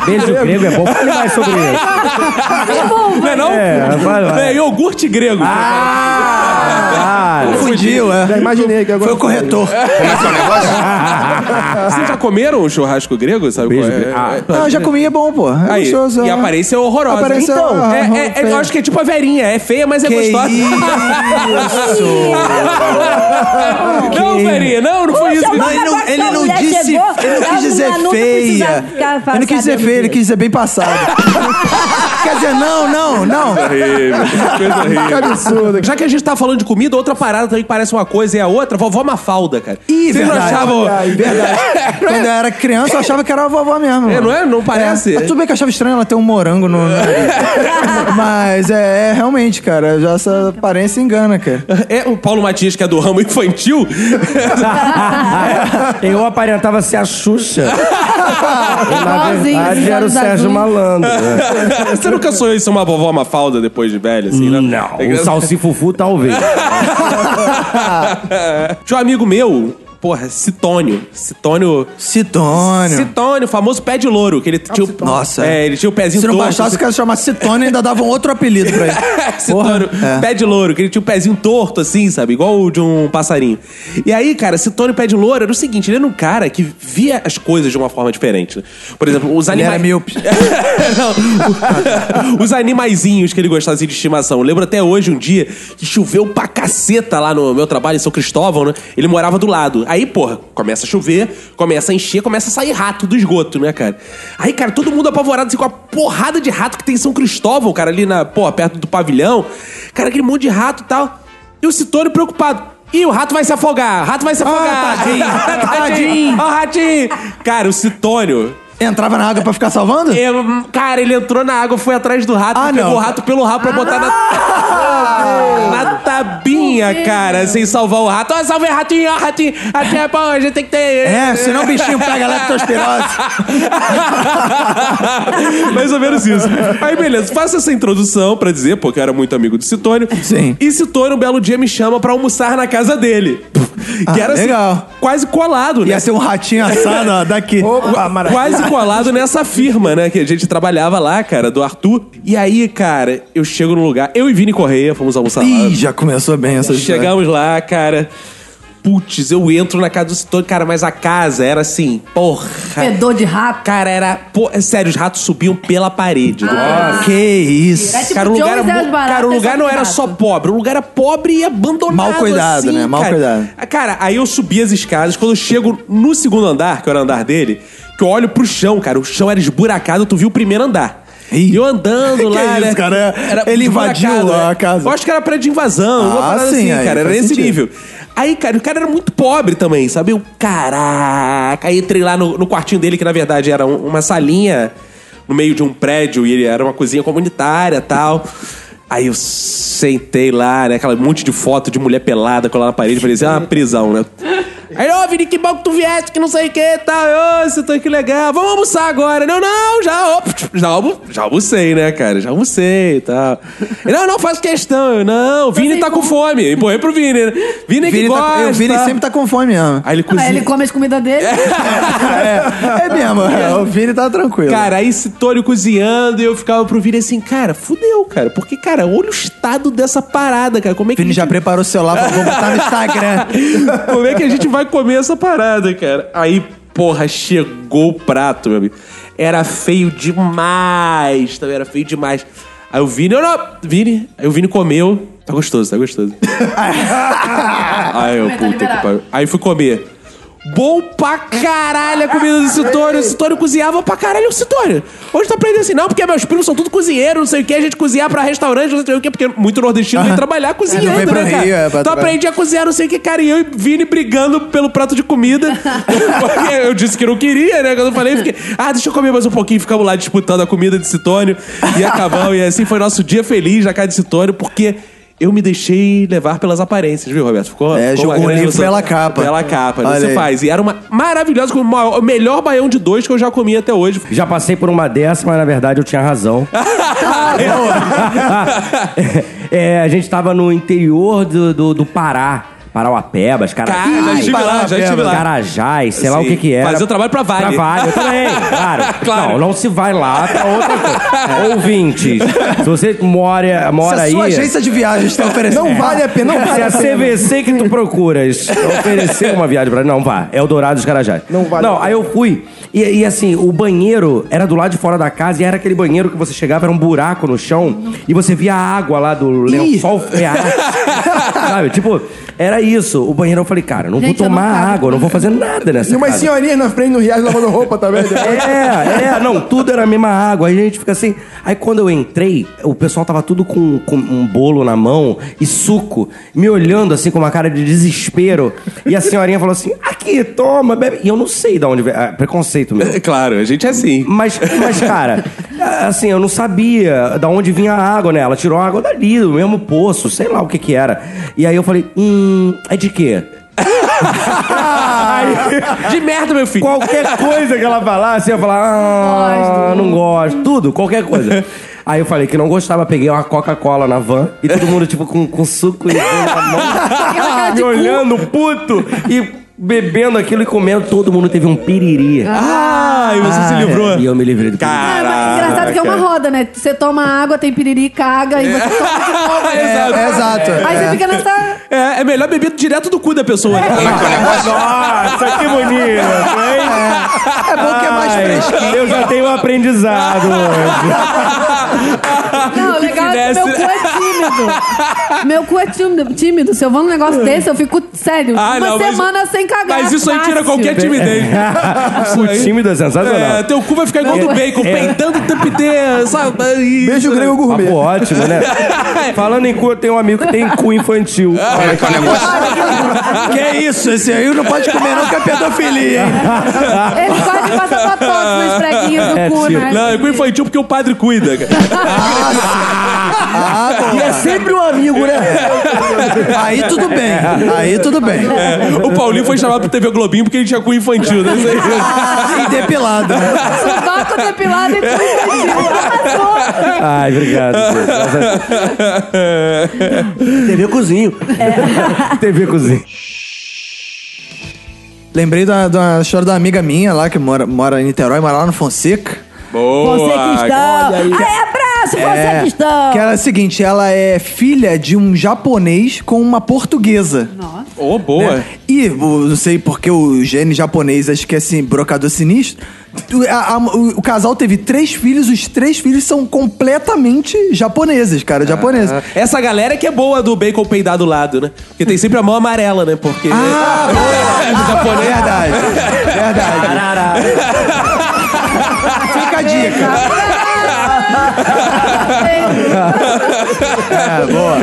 G: Beijo grego é bom. Fale mais sobre isso.
A: Não é não?
G: É, vai lá.
A: É, iogurte grego.
G: Ah,
B: Confundiu,
E: isso. Já
B: é.
E: imaginei que agora.
B: Foi o corretor.
L: Como é que é o negócio?
A: Vocês já comeram um churrasco grego? Sabe
G: Ah. Beijo
A: qual é?
G: grego. Ah.
B: Não, já comi, é bom, pô. É
A: Aí,
B: gostoso.
A: e
B: é.
A: a aparência é horrorosa.
B: Aparência é
A: então, é,
B: horror-
A: é- é- eu
B: feia.
A: acho que é tipo a verinha. É feia, mas é
B: Que
A: gostosa. não, verinha, não, não foi isso.
D: Não,
B: Não, ele não,
D: Agora que
B: ele
D: a
B: não
D: mulher
B: disse.
D: chegou,
B: ele não
D: ela
B: quis dizer
D: não- não precisa
B: feia.
D: ficar
B: ele não quis dizer
D: sabendo
B: feia, ele ele quis dizer bem passado. Quer dizer, não, não, não.
A: Coisa horrível.
B: Que absurdo.
A: Já que a gente tá falando de comida, outra parada também que parece uma coisa e a outra, vovó Mafalda, cara.
B: Ih,
A: Vocês não
B: verdade,
A: achavam.
B: verdade, verdade. Quando eu era criança, eu achava que era a vovó mesmo.
A: É, não é? Não parece?
B: Mas tudo bem que eu achava estranho ela ter um morango no. no nariz. Mas é, é, realmente, cara, já essa aparência engana, cara.
A: É o Paulo Matias, que é do ramo infantil.
G: Eu aparentava ser a Xuxa. E, na
F: Igualzinho,
G: verdade,
F: assim, esses
G: era o
F: olhos
G: Sérgio
F: azuis.
G: Malandro.
A: Você nunca sonhou em ser uma vovó Mafalda depois de velha, assim, né?
B: Hum.
G: Não, o Salsifufu talvez.
A: Tinha um amigo meu, porra, Citônio. Citônio.
B: Citônio.
A: Citônio, famoso pé de louro, que ele tinha o...
B: Nossa.
A: É, ele tinha o pezinho
B: Ah, Se não
A: torto.
B: baixasse,
A: assim.
B: os caras chamassem Citônio e ainda davam outro apelido pra ele.
A: Citônio,
B: Porra, é.
A: pé de louro, que ele tinha o pezinho torto, assim, sabe? Igual o de um passarinho. E aí, cara, Citônio pé de louro era o seguinte, ele era um cara que via as coisas de uma forma diferente. né? Por exemplo, os
B: Ele
A: animais...
B: era míope.
A: Não, o- os animaizinhos que ele gostava assim, de estimação. Eu lembro até hoje um dia que choveu pra caceta lá no meu trabalho em São Cristóvão, né? Ele morava do lado. Aí, porra, começa a chover, começa a encher, começa a sair rato do esgoto, né, cara? Aí, cara, todo mundo apavorado assim, com a porrada de rato que tem em São Cristóvão, cara, ali na, porra, perto do pavilhão. Cara, aquele monte de rato e tal. E o Citônio preocupado. Ih, o rato vai se afogar, o rato vai se afogar. tadinho, tadinho, ó, ratinho. Cara, o Citônio,
B: Entrava na água pra ficar salvando?
A: eu- cara, ele entrou na água, foi atrás do rato,
B: Ah,
A: pegou
B: não. Ah!
A: o rato pelo rabo pra botar na. Na tabinha, cara, sem salvar o rato. Ó, salvei ratinho, ó, ratinho. Ratinho é bom, a gente tem que ter.
B: É, senão o bichinho pega leptospirose.
A: Mais ou menos isso. Aí, beleza, faço essa introdução pra dizer, pô, que eu era muito amigo do Citônio.
B: Sim.
A: E Citônio, um belo dia, me chama pra almoçar na casa dele. Que
B: Ah,
A: era assim,
B: legal.
A: quase colado, né?
B: Ia ser um ratinho assado, ó, daqui.
G: Opa, maravilha.
A: Quase colado nessa firma, né? Que a gente trabalhava lá, cara, do Arthur. E aí, cara, eu chego num lugar. Eu e Vini Correia fomos almoçar
B: Ih,
A: lá.
B: já começou bem essa história.
A: Chegamos lá, cara. Putz, eu entro na casa do Citone, cara, mas a casa era assim, porra.
F: Fedor de rato.
A: Cara, era. pô, é sério, os ratos subiam pela parede.
B: Que isso.
F: É tipo
A: cara, o lugar,
F: Jones
A: era
F: e as
A: mu-
F: baratas
A: cara, o lugar
F: são
A: não era
F: ratos.
A: só pobre, o lugar era pobre e abandonado.
B: Mal cuidado,
A: assim,
B: né? Mal
A: cara.
B: cuidado.
A: Cara, aí eu subi as escadas, quando eu chego no segundo andar, que era o andar dele, que eu olho pro chão, cara, o chão era esburacado, tu viu o primeiro andar.
B: Ih.
A: E eu andando
B: Que
A: lá.
B: isso,
A: né?
B: cara? Ele invadiu
A: esburacado,
B: a
A: né?
B: casa.
A: Eu acho que era prédio de invasão, uma
B: Ah,
A: parada
B: sim,
A: assim,
B: aí
A: cara. Era
B: faz
A: nesse
B: sentido.
A: nível horrível. Aí, cara, o cara era muito pobre também, sabe? Eu, caraca, aí entrei lá no, no quartinho dele, que na verdade era um- uma salinha no meio de um prédio e ele era uma cozinha comunitária tal. Aí eu sentei lá, né? Aquela monte de foto de mulher pelada colada na parede, parecia uma prisão, né? Aí, ô, Vini, que bom que tu vieste, que não sei o que e tal. Ô, você tá que legal. Vamos almoçar agora. Não, não, já, ó, já, almo- já almocei, né, cara? Já almocei e tal. Não, não, faz questão. Eu, não, Vini
F: sem
A: tá com
F: fome.
A: fome. Empurrei pro Vini, né? Vini, que
B: Vini, tá-
A: gosta.
B: eu- Vini sempre tá com fome mesmo.
A: Aí ele
F: Aí
A: cozinha.
F: ele come as comidas dele.
B: É, é mesmo. é, O Vini tá tranquilo.
A: Cara, aí esse Tônio cozinhando e eu ficava pro Vini assim, cara, fudeu, cara. Porque, cara, olha o estado dessa parada, cara. Como é que
B: Vini
A: a
B: já
A: gente...
B: preparou o celular pra botar no Instagram.
A: Como é que a gente vai comer essa parada, cara? Aí, porra, chegou o prato, meu amigo. Era feio demais, também era feio demais. Aí o Vini, eu não, Vini, aí o Vini comeu. Tá gostoso, tá gostoso. Aí eu,
F: Tá
A: puta que
F: liberado.
A: pariu. Aí fui comer. Bom pra caralho a comida do Citônio. O Citônio cozinhava pra caralho o Citônio. Hoje tá aprendendo assim, não, porque meus primos são tudo cozinheiros, não sei o que, a gente cozinhar pra restaurante, não sei o que, porque muito nordestino vem trabalhar cozinhando,
B: vem pro
A: né, cara?
B: Rio, é, pra
A: então
B: trabalhar.
A: aprendi a cozinhar, não sei o que, cara, e eu e Vini brigando pelo prato de comida. Porque eu disse que não queria, né? Quando eu falei, fiquei, ah, deixa eu comer mais um pouquinho. Ficamos lá disputando a comida de Citônio e acabamos. E assim foi nosso dia feliz na casa de Citônio, porque. Eu me deixei levar pelas aparências, viu, Roberto? Ficou
B: É,
A: Ficou uma
B: jogou o
A: grande
B: livro
A: ilusão.
B: pela capa.
A: Pela capa,
B: Olha
A: né? Você
B: aí.
A: faz. E era uma maravilhosa, com o maior- o melhor baião de dois que eu já comi até hoje.
G: Já passei por uma dessa, mas na verdade eu tinha razão. É, a gente tava no interior do, do, do Pará. Parauapebas, cara.
A: Cara, já estive lá, já estive lá.
G: Carajás, sei lá o
A: Sim.
G: que que era.
A: Fazer o trabalho pra Vale.
G: Pra Vale, eu também, claro.
A: Claro.
G: Não, não se vai lá pra outra coisa. É, Ouvintes, se você mora, mora
B: Se a
G: aí...
B: sua agência de viagens tá oferecendo.
E: Não vale a pena, não
G: Se
E: vale
G: a
E: a pena.
G: CVC que tu procuras oferecer uma viagem pra mim, não vá. Eldorado dos Carajás.
E: Não vale a
G: Não,
E: pena.
G: aí eu fui E, e, assim, o banheiro era do lado de fora da casa e era aquele banheiro que você chegava, era um buraco no chão e você via a água lá do lençol frear. Sabe? Tipo, era isso. O banheiro eu falei, cara, não
F: Gente,
G: vou
F: eu não
G: tomar
F: cabe.
G: água, não vou fazer nada nessa
E: E umas
G: casa.
E: senhorinhas na frente no riacho lavando roupa também. né?
G: É, é, não, tudo era a mesma água. Aí a gente fica assim. Aí quando eu entrei, o pessoal tava tudo com, com um bolo na mão e suco, me olhando assim com uma cara de desespero. E a senhorinha falou assim: aqui, toma, bebe. E eu não sei de onde veio. ah, preconceito meu.
A: É claro, a gente é assim.
G: Mas, mas, cara, assim, eu não sabia da onde vinha a água, né? Ela tirou a água dali, do mesmo poço, sei lá o que que era. E aí eu falei, hum, é de quê?
A: De merda, meu filho.
G: Qualquer coisa que ela falasse, eu ia falar, ah, não gosto, tudo, qualquer coisa. Aí eu falei que não gostava, peguei uma Coca-Cola na van e todo mundo, tipo, com, com suco e na mão, me olhando, puto, e bebendo aquilo e comendo. Todo mundo teve um piriri.
A: Ah, e você se livrou.
G: E eu me livrei do piriri.
F: Ah, mas engraçado que é uma roda, né? Você toma água, tem piriri, caga, e você toma de novo.
A: Exato.
B: É, exato.
F: Aí
B: É.
F: você fica nessa...
A: É, é melhor beber direto do cu da pessoa.
G: É. Nossa, que bonito, hein?
B: É bom que é mais fresquinho.
G: Eu já tenho um aprendizado hoje.
F: Não, o legal é que meu
A: finesse.
F: cu é tímido. Meu cu é tímido, tímido. Se eu vou num negócio desse, eu fico, sério,
A: Ah,
F: uma
A: não, mas-
F: semana sem cagar.
A: Mas isso aí tira
F: fácil.
A: qualquer timidez.
G: é, O tímido é sensacional.
A: É, teu cu vai ficar igual do bacon,
G: É.
A: peidando o tempo inteiro, sabe? E-
E: Beijo grego gourmet.
G: Papo ótimo, né? Falando em cu, eu tenho um amigo que tem cu infantil. Olha que
B: Que é isso, esse aí não pode comer não, que é pedofilia, hein?
F: Ele quase passa pra todos nos preguinhos do
G: É,
F: cu,
G: tio.
F: né?
A: Não, tipo é com infantil porque o padre cuida. cara.
C: E é sempre um amigo, né?
B: Ah, Aí tudo bem, aí tudo bem.
A: É, o Paulinho foi chamado pro TV Globinho porque ele tinha cu infantil. Né? Isso aí.
B: E depilado. né?
F: Sudoku depilado e cu infantil. Arrasou.
G: Ai, obrigado. gente.
C: TV Cozinho.
G: TV Cozinha.
B: Lembrei da, da história da amiga minha lá, que mora, mora em Niterói, mora lá no Fonseca.
A: então é
D: Você cristão.
C: olha aí.
D: Ai, abraço,
B: É,
D: você cristão.
B: Que era o seguinte, ela é filha de um japonês com uma portuguesa.
A: Ô, boa.
B: né? E o- não sei porque o gene japonês, acho que é assim, brocador sinistro. O- a- a- o, o casal teve três filhos, os três filhos são completamente japoneses, cara,
G: Ah,
B: japoneses.
A: Essa galera que é boa do bacon peidar do lado, né? Porque tem sempre a mão amarela, né? Porque.
B: Ah,
A: do japonês.
B: Verdade, verdade. Fica a dica. É, boa.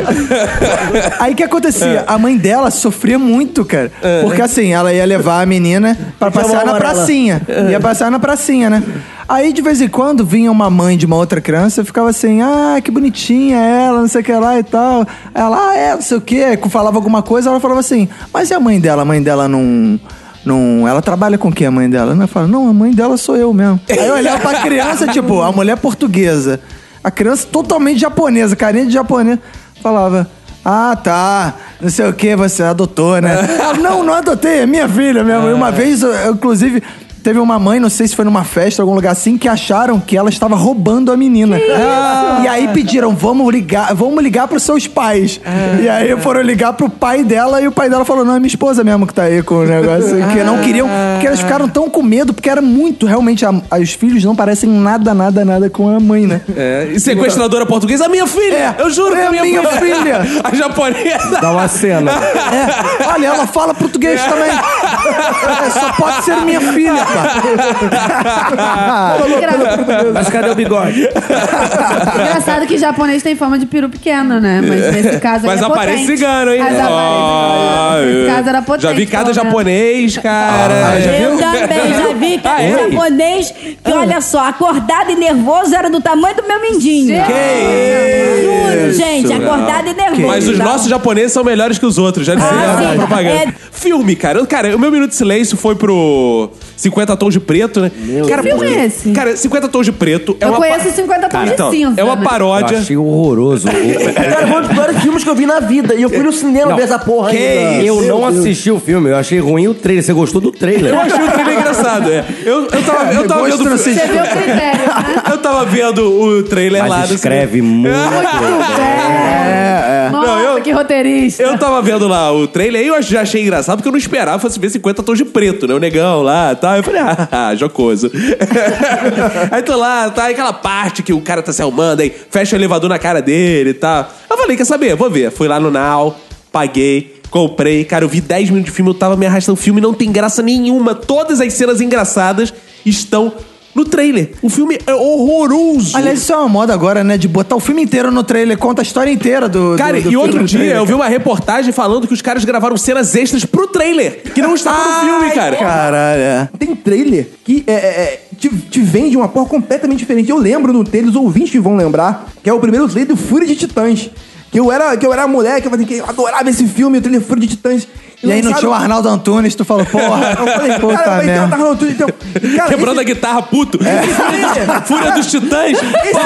B: Aí o que acontecia? A mãe dela sofria muito, cara. Porque assim, ela ia levar a menina pra passear na
C: amarela.
B: pracinha. Ia passear na pracinha, né? Aí de vez em quando vinha uma mãe de uma outra criança e ficava assim, ah, que bonitinha ela, não sei o que lá e tal. Ela, ah, é, não sei o que, falava alguma coisa, ela falava assim, mas e a mãe dela? A mãe dela não. Não, ela trabalha com quem a mãe dela? Ela fala, não, a mãe dela sou eu mesmo. Aí eu olhava pra criança, tipo, a mulher portuguesa. A criança totalmente japonesa, carinha de japonesa. Falava, ah, tá. Não sei o que, você adotou, né? Ah, não, não adotei, é minha filha mesmo. E uma vez, eu- eu, inclusive, teve uma mãe, não sei se foi numa festa, algum lugar assim, que acharam que ela estava roubando a menina. Ah. E aí pediram, vamos ligar, vamos ligar pros seus pais. E aí foram ligar pro pai dela e o pai dela falou, não, é minha esposa mesmo que tá aí com o negócio. Que não queriam, porque elas ficaram tão com medo, porque era muito, realmente, a- a- os filhos não parecem nada, nada, nada com a mãe, né?
A: É, e sequestradora portuguesa, a minha filha!
B: É,
A: eu juro
B: é
A: que é minha,
B: minha filha.
A: A japonesa!
G: Dá uma cena.
B: É, olha, ela fala português também. É, só pode ser minha filha, cara.
G: Mas cadê o bigode?
F: Engraçado que japonês tem forma de peru pequeno, né? Mas nesse caso
A: Mas
F: aqui é
A: aparece
F: potente.
A: cigano, hein?
F: Mas
A: Ah,
F: aparece Nesse
A: eu-
F: caso era potente.
A: Já vi cada
F: pelo menos.
A: japonês, cara. Ah, já viu?
D: Eu também já vi que
A: Ah,
D: era
A: é?
D: um japonês que, olha só, acordado e nervoso era do tamanho do meu mindinho. Juro, gente, acordado e nervoso.
A: Mas os
D: tá?
F: um-
A: nossos japoneses são melhores que os outros, já dizia
D: Ah,
A: a
D: sim.
A: propaganda.
D: É.
A: Filme, cara. Eu- Cara, o meu minuto de silêncio foi pro 50 Tons de Preto, né? cara,
F: Deus.
A: por-
F: Filme é esse?
A: Cara, 50 Tons de Preto é
F: Eu
A: uma
F: conheço 50 tons de
A: Então,
F: cinza.
A: é uma
F: né?
G: Eu
A: paródia.
G: achei horroroso.
C: Cara, foi um dos piores filmes que eu vi na vida. E eu fui no cinema
G: Não.
C: ver essa porra ainda.
G: Eu não assisti o filme, eu achei ruim o trailer. Você gostou do trailer?
A: Eu achei o trailer engraçado, é. Eu, eu tava, eu tava vendo...
F: Você vê o critério, né?
A: Eu tava vendo o trailer lá
G: Mas
A: do
G: escreve muito.
F: É.
A: Não, eu
F: Nossa, que roteirista.
A: Eu tava vendo lá o trailer e eu já achei engraçado porque eu não esperava fosse ver 50 tons de preto, né? O negão lá e tal. Eu falei, ah, jocoso. aí tô lá, tá aí aquela parte que o cara tá se arrumando, aí fecha o elevador na cara dele e tal. Eu falei, quer saber? Vou ver. Fui lá no Now, paguei. Comprei, cara, eu vi 10 minutos de filme, eu tava me arrastando. O filme não tem graça nenhuma. Todas as cenas engraçadas estão no trailer. O filme é horroroso.
B: Aliás, isso é uma moda agora, né? De botar o filme inteiro no trailer, conta a história inteira do.
A: Cara,
B: do- do
A: e outro
B: filme no
A: dia
B: trailer,
A: eu vi uma reportagem falando que os caras gravaram cenas extras pro trailer, que não estavam no filme, cara.
B: Caralho, é.
E: Tem trailer que é, é, é, te, te vende uma porra completamente diferente. Eu lembro do trailer, os ouvintes vão lembrar, que é o primeiro trailer do Fúria de Titãs. Que eu era, que eu era moleque, eu, falei, que eu adorava esse filme, o trailer Fúria de Titãs. um-
B: E aí não tinha o Arnaldo Antunes, tu falou, porra,
E: Eu falei,
B: puta
E: cara, vai ter uma
B: merda.
E: tarra no Twitter, então. E, Cara,
A: Quebrando a guitarra, puto.
B: É.
A: Fúria dos Titãs.
E: Esse, cara, esse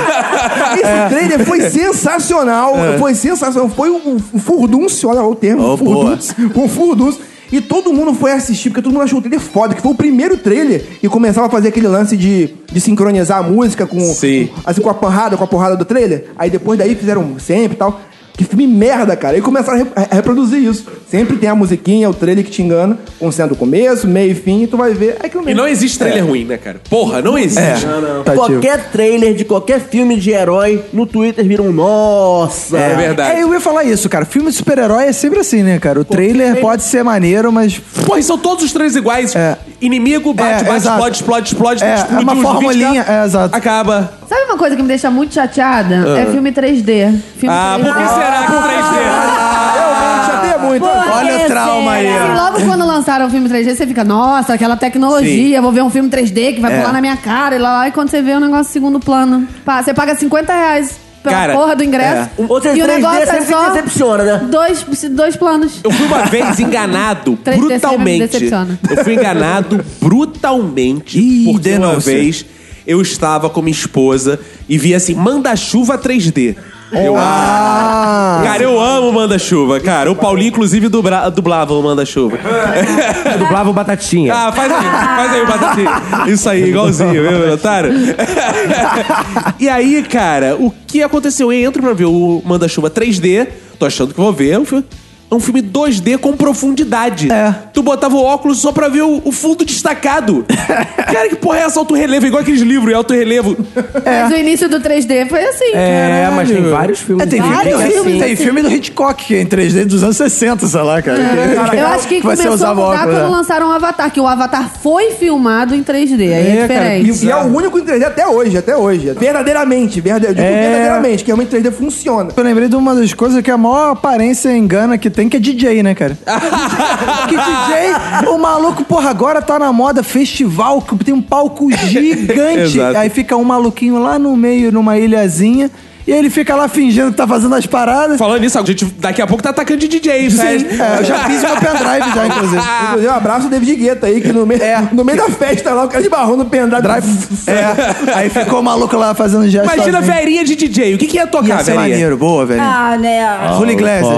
E: trailer, esse
A: É.
E: trailer foi sensacional. Foi sensacional. Foi um, um furdúncio, olha lá o termo.
B: Oh,
E: furdúncio. Um furdúncio. E todo mundo foi assistir, porque todo mundo achou o trailer foda, que foi o primeiro trailer e começava a fazer aquele lance de, de sincronizar a música com,
A: Sim.
E: com- assim, com a porrada, com a porrada do trailer. Aí depois daí fizeram sempre e tal. Que filme merda, cara. E começaram a, re- a reproduzir isso. Sempre tem a musiquinha, o trailer que te engana, com sendo o começo, meio e fim, e tu vai ver. É que
A: E não existe trailer ruim, né, cara? Porra, não
B: É.
A: existe.
C: Qualquer trailer de qualquer filme de herói no Twitter vira um nossa.
A: É verdade.
B: É, eu ia falar isso, cara. Filme de super-herói é sempre assim, né, cara? O trailer pode ser maneiro, mas.
A: Porra, e são todos os trailers iguais.
B: É.
A: Inimigo, bate,
B: É,
A: bate,
B: exato.
A: explode, explode, explode,
B: É,
A: explode.
B: é uma
A: os 20
B: formulinha,
A: dá-
B: é, exato.
A: Acaba.
F: Sabe uma coisa que me deixa muito chateada? É filme 3D. Filme
A: Ah,
F: 3D.
A: por que será que o 3D?
B: Ah!
E: realmente chateia muito.
B: Olha o trauma aí,
F: Assim,
D: Ah.
B: ó.
F: logo quando lançaram o filme 3D, você fica, nossa, aquela tecnologia, vou ver um filme 3D que vai pular na minha cara e lá, lá. E quando você vê o negócio segundo plano, pá, você paga 50 reais pela
A: Cara,
F: porra do ingresso.
C: Ou seja,
F: e o
C: 3D
F: negócio é
C: sempre te
F: só
C: decepciona, né?
F: dois, dois planos.
A: Eu fui uma vez enganado
F: 3D sempre me
A: brutalmente.
F: decepciona.
A: Eu fui enganado brutalmente
B: Ih,
A: porque uma
B: denúncia.
A: vez eu estava com minha esposa e vi assim, manda-chuva 3D. Eu,
B: Ah!
A: Cara, eu amo manda-chuva, cara. O Paulinho, inclusive, dubra- dublava o manda-chuva.
G: Dublava o Batatinha.
A: Ah, faz aí, faz aí o batatinha. Isso aí, igualzinho, viu, otário? e aí, cara, o que aconteceu? Eu entro pra ver o Manda-Chuva 3D, tô achando que vou ver. é um fi- É um filme 2D com profundidade.
B: É.
A: Tu botava o óculos só pra ver o, o fundo destacado. cara, que porra é essa auto-relevo? Igual aqueles livros, é auto-relevo.
F: Mas o início do 3D foi assim.
G: é,
F: cara.
G: mas tem vários filmes.
B: É, tem filme,
F: Vários
B: tem filme-
F: filmes,
B: tem filme do Hitchcock que é em 3D dos anos 60, sei lá,
A: É.
B: cara.
F: Eu acho que
B: Vai ser
F: começou a
B: usar
F: mudar
B: óculos,
F: quando
B: né?
F: lançaram o Avatar, que o Avatar foi filmado em 3D. Aí é,
G: É, cara,
F: diferente.
E: E é o único em 3D até hoje, até hoje. Verdadeiramente, verde... eu digo
G: É.
E: verdadeiramente, que realmente 3D funciona.
B: Eu lembrei de uma das coisas que a maior aparência engana que tem, que é DJ, né, cara? que DJ, o maluco, porra, agora tá na moda festival, que tem um palco gigante.
A: Exato.
B: aí fica um maluquinho lá no meio, numa ilhazinha, e ele fica lá fingindo que tá fazendo as paradas.
A: Falando nisso, a gente daqui a pouco tá atacando de DJ,
B: Sim,
A: velho.
B: é, eu já fiz meu pendrive já, inclusive.
E: Inclusive, um abraço o David Guetta aí, que no meio, no meio da festa lá, o cara de barrou no pendrive.
B: É, aí ficou o maluco lá fazendo gesto.
A: Imagina a
B: sozinho.
A: verinha de DJ, o que, que ia tocar,
B: Ia ser
A: velhinha?
B: maneiro, boa, velho.
D: Ah, né?
B: Julio Iglesias.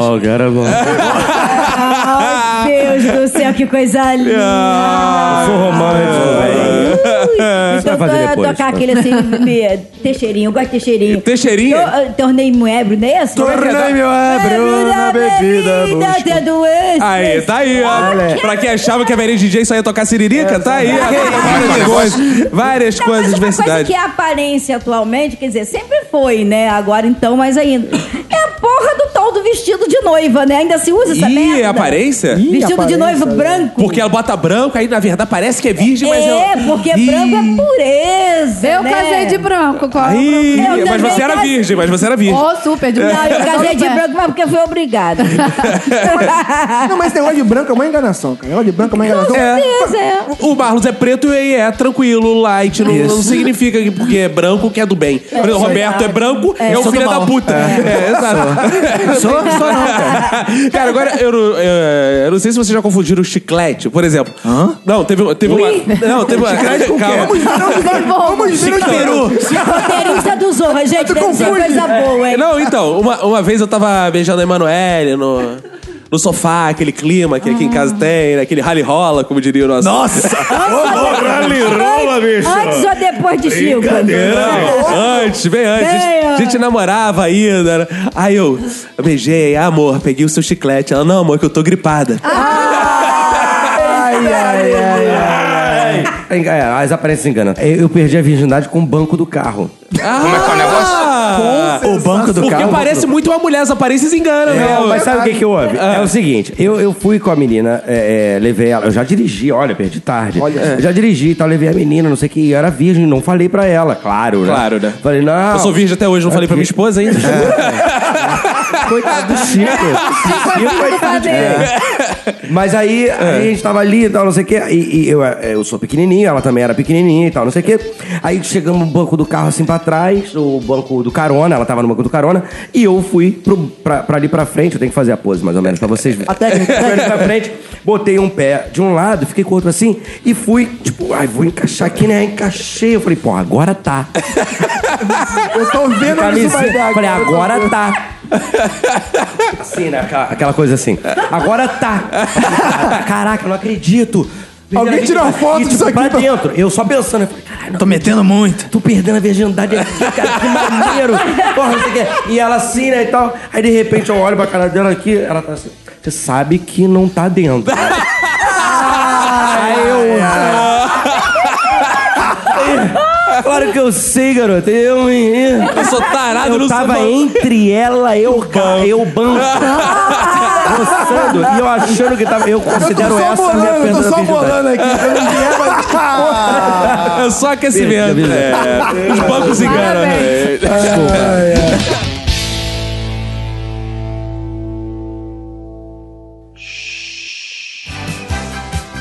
D: Ah, Deus do céu, que coisa
A: Ah,
D: linda.
G: sou romântico, velho.
D: Ui, Então,
G: vai fazer
D: to-
G: depois?
D: tocar aquele assim, me- teixeirinho, eu gosto de teixeirinho.
A: Teixeirinha?
D: Eu, eh, Tornei-me ébrio, não é esse?
B: Tornei-me
D: é?
B: ébrio na bebida busco.
D: até doença.
A: Aí, tá aí, ó. Pra quem achava que a Verinha DJ só ia tocar siririca, tá aí.
B: é
A: Várias coisas, várias coisas,
D: Não, Tá, mas uma coisa
A: diversidade.
D: que é a aparência atualmente, quer dizer, sempre foi, né? Agora então, mais ainda. É a porra do tal do vestido de noiva, né? Ainda se usa essa
A: Ih, é
D: merda.
A: aparência?
D: Vestido de noiva branco.
A: Porque ela bota branco, aí na verdade parece que é virgem, mas
D: é,
A: ela...
D: porque
A: Ih.
D: branco é pureza.
F: Eu
D: né?
F: casei de branco, qual? é
A: Ih,
D: Eu
A: mas
D: também
A: você era
D: casei.
A: virgem, mas você era virgem.
F: Oh, super, de
D: Não,
F: branco.
D: eu casei de
F: Super.
D: branco, mas porque fui obrigada.
E: Não, mas esse negócio de branco é uma enganação, cara. Negócio de branco é uma enganação.
D: Pois é.
A: O Marlos é preto e é tranquilo, light. Não, não significa que porque é branco que é do bem. Por exemplo, o Roberto é branco, é, o
B: Sou do
A: filho da
B: mal.
A: puta. É, exato.
B: Sou, sou não, cara.
A: Cara, agora eu, não- é, eu- eu não sei se vocês já confundiram o chiclete, por exemplo. Não, teve, teve uma. Não, teve uma. Calma.
E: Vamos ver onde
A: Peru.
D: Roteirista do Zorra, gente, deve ser coisa boa, hein?
A: Não, então, uma, uma vez eu tava beijando a Emanuele no, no sofá, aquele clima que aqui em casa tem, né? aquele rally rola, como diria o nosso.
B: Nossa!
D: Antes ou depois- Antes ou depois de Chico.
A: Não, antes, bem antes. A gente, a gente namorava ainda. né? Aí eu beijei, ah, amor, peguei o seu chiclete. Ela, não, amor, que eu tô gripada.
G: Ai, ai, ai, ai, ai. É, As aparências enganam. Eu eu perdi a virgindade com o banco do carro.
K: Como é que é o negócio?
B: O banco do
A: Ah! Porque
B: carro.
A: parece muito uma mulher, as aparências enganam, né?
G: Não, mas sabe o que que houve?
B: Ah.
G: É o seguinte, eu, eu fui com a menina, é, é, levei ela, eu já dirigi, olha, perdi tarde.
B: é.
G: Eu já dirigi e tal, levei a menina, não sei o que, eu era virgem, não falei pra ela, claro, né?
A: Claro, né?
G: Falei, não...
A: Eu sou virgem até hoje, não falei pra minha esposa ainda.
G: Coitado do Chico. Chico, coitado dele. Mas
E: É.
G: aí, aí a gente tava ali e tal, não sei o quê. E, e eu, é, eu sou pequenininho, ela também era pequenininha e tal, não sei o quê. Aí chegamos no banco do carro assim pra trás, o banco do carona, ela tava no banco do carona. E eu fui pro, pra, pra ali pra frente, eu tenho que fazer a pose mais ou menos pra vocês verem. A técnica. né? Fui ali pra frente, botei um pé de um lado, fiquei com o outro assim. E fui, tipo, ai, vou encaixar aqui, né? Encaixei. Eu falei, pô, agora tá.
E: Eu tô vendo onde isso vai
G: Camisinha.
E: dar.
G: Falei, é
E: cara.
G: agora tá. Assim, né? Aquela, aquela coisa assim. Agora tá. Caraca, eu não acredito.
E: Alguém tirou uma foto
G: E, tipo,
E: disso aqui,
G: Pra
E: pô.
G: dentro. Eu só pensando. Eu falei, caralho,
B: Tô metendo muito.
G: tô perdendo a virgindade aqui, cara. Que maneiro. Porra, não sei o quê. E ela assim, né, e tal. Aí, de repente, eu olho pra cara dela aqui. Ela tá assim. Você sabe que não tá dentro. Aí eu... Claro que eu sei, garoto. Eu, menino.
A: Eu sou tarado
G: Eu
A: no
G: tava
A: samba.
G: entre ela, eu, ca- eu banco. Roçando. E eu achando que tava. Eu
E: Eu tô
G: considero
E: só
G: essa minha
E: bolando, eu tô
G: perda da
E: só
G: virgindade.
E: bolando aqui. Eu não vier, mas...
A: É só aquecimento.
G: Perdi a
A: É. Os bancos enganam, né?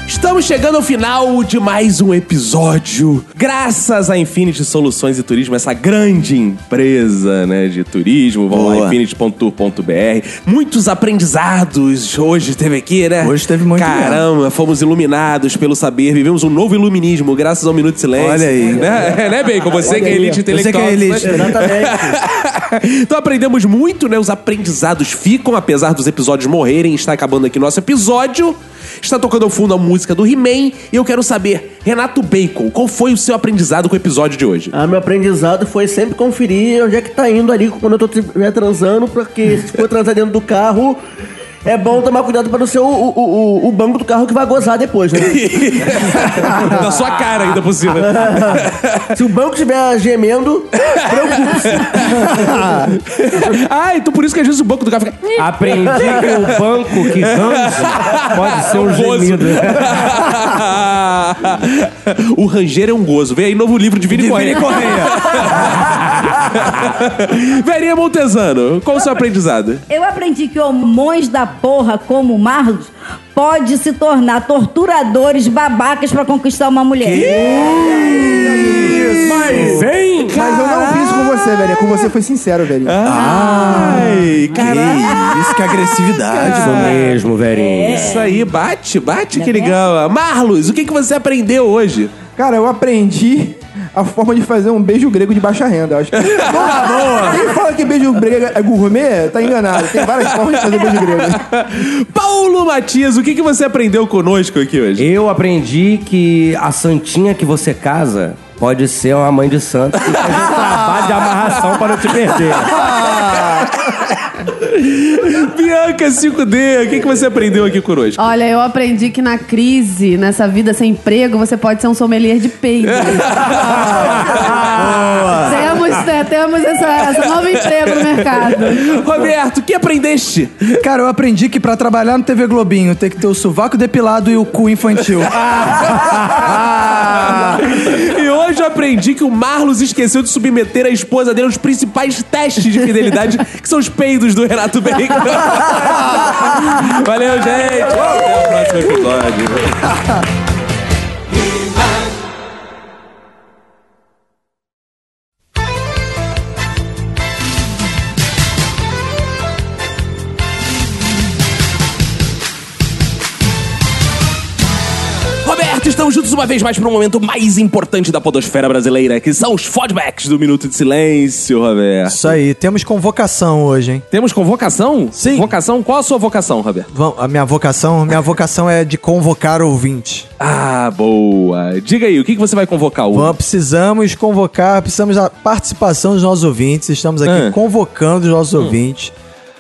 A: Estamos chegando ao final de mais um episódio. Graças a Infinity Soluções e Turismo, essa grande empresa né, de turismo. Vamos lá, infinity.tour.br. Muitos aprendizados hoje teve aqui, né?
B: Hoje teve muito
A: Caramba, fomos iluminados pelo saber. Vivemos um novo iluminismo graças ao Minuto de Silêncio.
B: Olha aí.
A: Né, É, né Bacon? Você que é elite
B: Eu sei que
A: intelectual.
B: é elite.
A: né?
C: Exatamente.
A: então aprendemos muito, né? Os aprendizados ficam, apesar dos episódios morrerem. Está acabando aqui nosso episódio. Está tocando ao fundo a música do He-Man. E eu quero saber, Renato Bacon, qual foi o seu aprendizado com o episódio de hoje?
C: Ah, meu aprendizado foi sempre conferir onde é que tá indo ali quando eu tô né, transando, porque se for transar dentro do carro, é bom tomar cuidado pra não ser o, o, o, o banco do carro que vai gozar depois, né?
A: Na sua cara, ainda por cima.
C: se o banco estiver gemendo,
A: ah, então por isso que às vezes o banco do carro fica.
G: Aprendi que o banco que range pode ser um gemido.
A: o Ranger é um gozo. Vem aí novo livro de Vini Correia. Verinha Montesano, qual o seu aprendizado?
D: Eu aprendi que homões da porra como o Marlos pode se tornar torturadores babacas pra conquistar uma mulher.
A: Mas, hein?
E: Mas eu não fiz isso com você, velho. é Com você foi sincero, velho.
A: Ai, caralho.
B: Isso que é agressividade.
G: Isso tipo mesmo, velhinho.
A: Isso aí, bate, bate que legal. Marlos, o que, que você aprendeu hoje?
E: Cara, eu aprendi a forma de fazer um beijo grego de baixa renda. Eu Acho que. Boa, boa! Quem fala que beijo grego é gourmet, tá enganado. Tem várias formas de fazer beijo grego.
A: Paulo Matias, o que, que você aprendeu conosco aqui hoje?
G: Eu aprendi que a santinha que você casa pode ser uma mãe de santo que faz um trabalho de amarração para não te perder.
A: Bianca 5D, o que, que você aprendeu aqui conosco?
F: Olha, eu aprendi que na crise, nessa vida sem emprego, você pode ser um sommelier de peido. temos, né, temos essa, essa nova emprego no mercado.
A: Roberto, o que aprendeste?
B: Cara, eu aprendi que pra trabalhar no TV Globinho tem que ter o sovaco depilado e o cu infantil.
A: E hoje eu aprendi que o Marlos esqueceu de submeter a esposa dele aos principais testes de fidelidade, que são os peidos do Renato Bacon. Valeu, gente. Até o próximo episódio. Roberto, estamos juntos uma vez mais para o momento mais importante da podosfera brasileira, que são os fodbacks do Minuto de Silêncio, Roberto.
B: Isso aí, temos convocação hoje, hein?
A: Temos convocação? Sim. Vocação? Qual a sua vocação, Roberto?
B: Vamos, a minha vocação, minha vocação é de convocar ouvinte.
A: Ah, boa. Diga aí, o que, que você vai convocar hoje?
B: Vamos, precisamos convocar, precisamos da participação dos nossos ouvintes. Estamos aqui
A: Ah. Hum.
B: convocando os nossos ouvintes.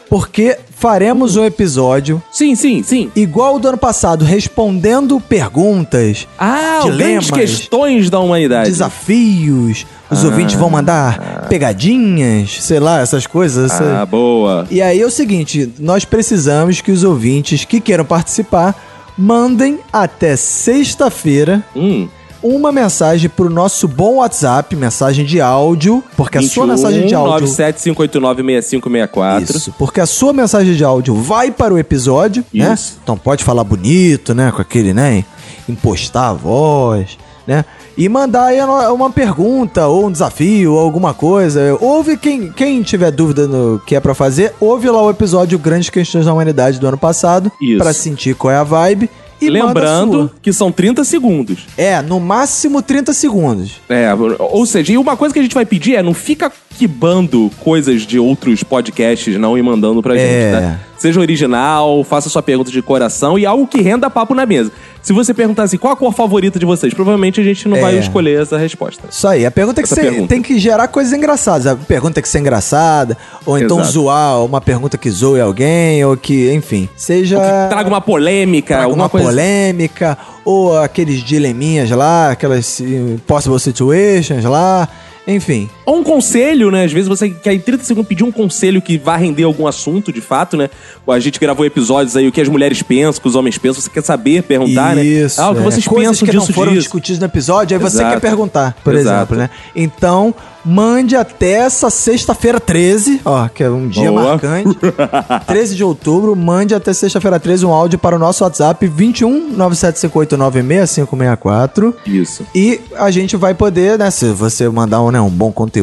B: Porque faremos um episódio.
A: Sim, sim, sim.
B: Igual o do ano passado, respondendo perguntas.
A: Ah,
B: dilemas,
A: grandes questões da humanidade.
B: desafios. Os
A: Ah.
B: ouvintes vão mandar pegadinhas, sei lá, essas coisas. essas-
A: Ah, boa.
B: E aí é o seguinte, nós precisamos que os ouvintes que queiram participar mandem até sexta-feira
A: Hum,
B: uma mensagem pro nosso bom WhatsApp, mensagem de áudio, porque
A: um,
B: a sua mensagem de áudio
A: 975896564.
B: isso, porque a sua mensagem de áudio vai para o episódio, né?
A: Isso.
B: Então pode falar bonito, né? Com aquele, né? Impostar a voz, né? E mandar aí uma- uma pergunta, ou um desafio, ou alguma coisa. Ouve quem, quem tiver dúvida no que é pra fazer, ouve lá o episódio Grandes Questões da Humanidade do ano passado,
A: Isso.
B: pra sentir qual é a vibe. E manda a
A: Lembrando
B: sua.
A: que são 30 segundos.
B: É, no máximo 30 segundos.
A: É, ou seja, e uma coisa que a gente vai pedir é não fica quibando coisas de outros podcasts não e mandando pra
B: É.
A: gente, tá? Seja original, faça sua pergunta de coração e algo que renda papo na mesa. Se você perguntar assim, qual a cor favorita de vocês? Provavelmente a gente não
B: É.
A: vai escolher essa resposta.
B: Isso aí, a pergunta é que
A: Essa
B: você
A: pergunta.
B: tem que gerar coisas engraçadas. A pergunta tem que ser engraçada, ou então
A: Exato.
B: zoar uma pergunta que zoe alguém, ou que, enfim, seja
A: Traga uma polêmica, tá alguma
B: É. uma
A: coisa.
B: polêmica, ou aqueles dileminhas lá, aquelas eh, possible situations lá, enfim.
A: Ou um conselho, né? Às vezes você quer em 30 segundos pedir um conselho que vá render algum assunto, de fato, né? A gente gravou episódios aí, o que as mulheres pensam, o que os homens pensam. Você quer saber, perguntar,
B: Isso.
A: né? Ah, o que
B: é.
A: vocês
B: coisas
A: pensam
B: que
A: disso,
B: não foram
A: disso.
B: discutidas no episódio, aí você
A: Exato.
B: quer perguntar, por
A: Exato.
B: exemplo, né? Então, mande até essa sexta-feira 13, ó, que é um dia
A: Boa.
B: marcante. 13 de outubro, mande até sexta-feira 13 um áudio para o nosso WhatsApp 21 975896564.
A: Isso.
B: E a gente vai poder, né? Se você mandar um, né, um bom conteúdo,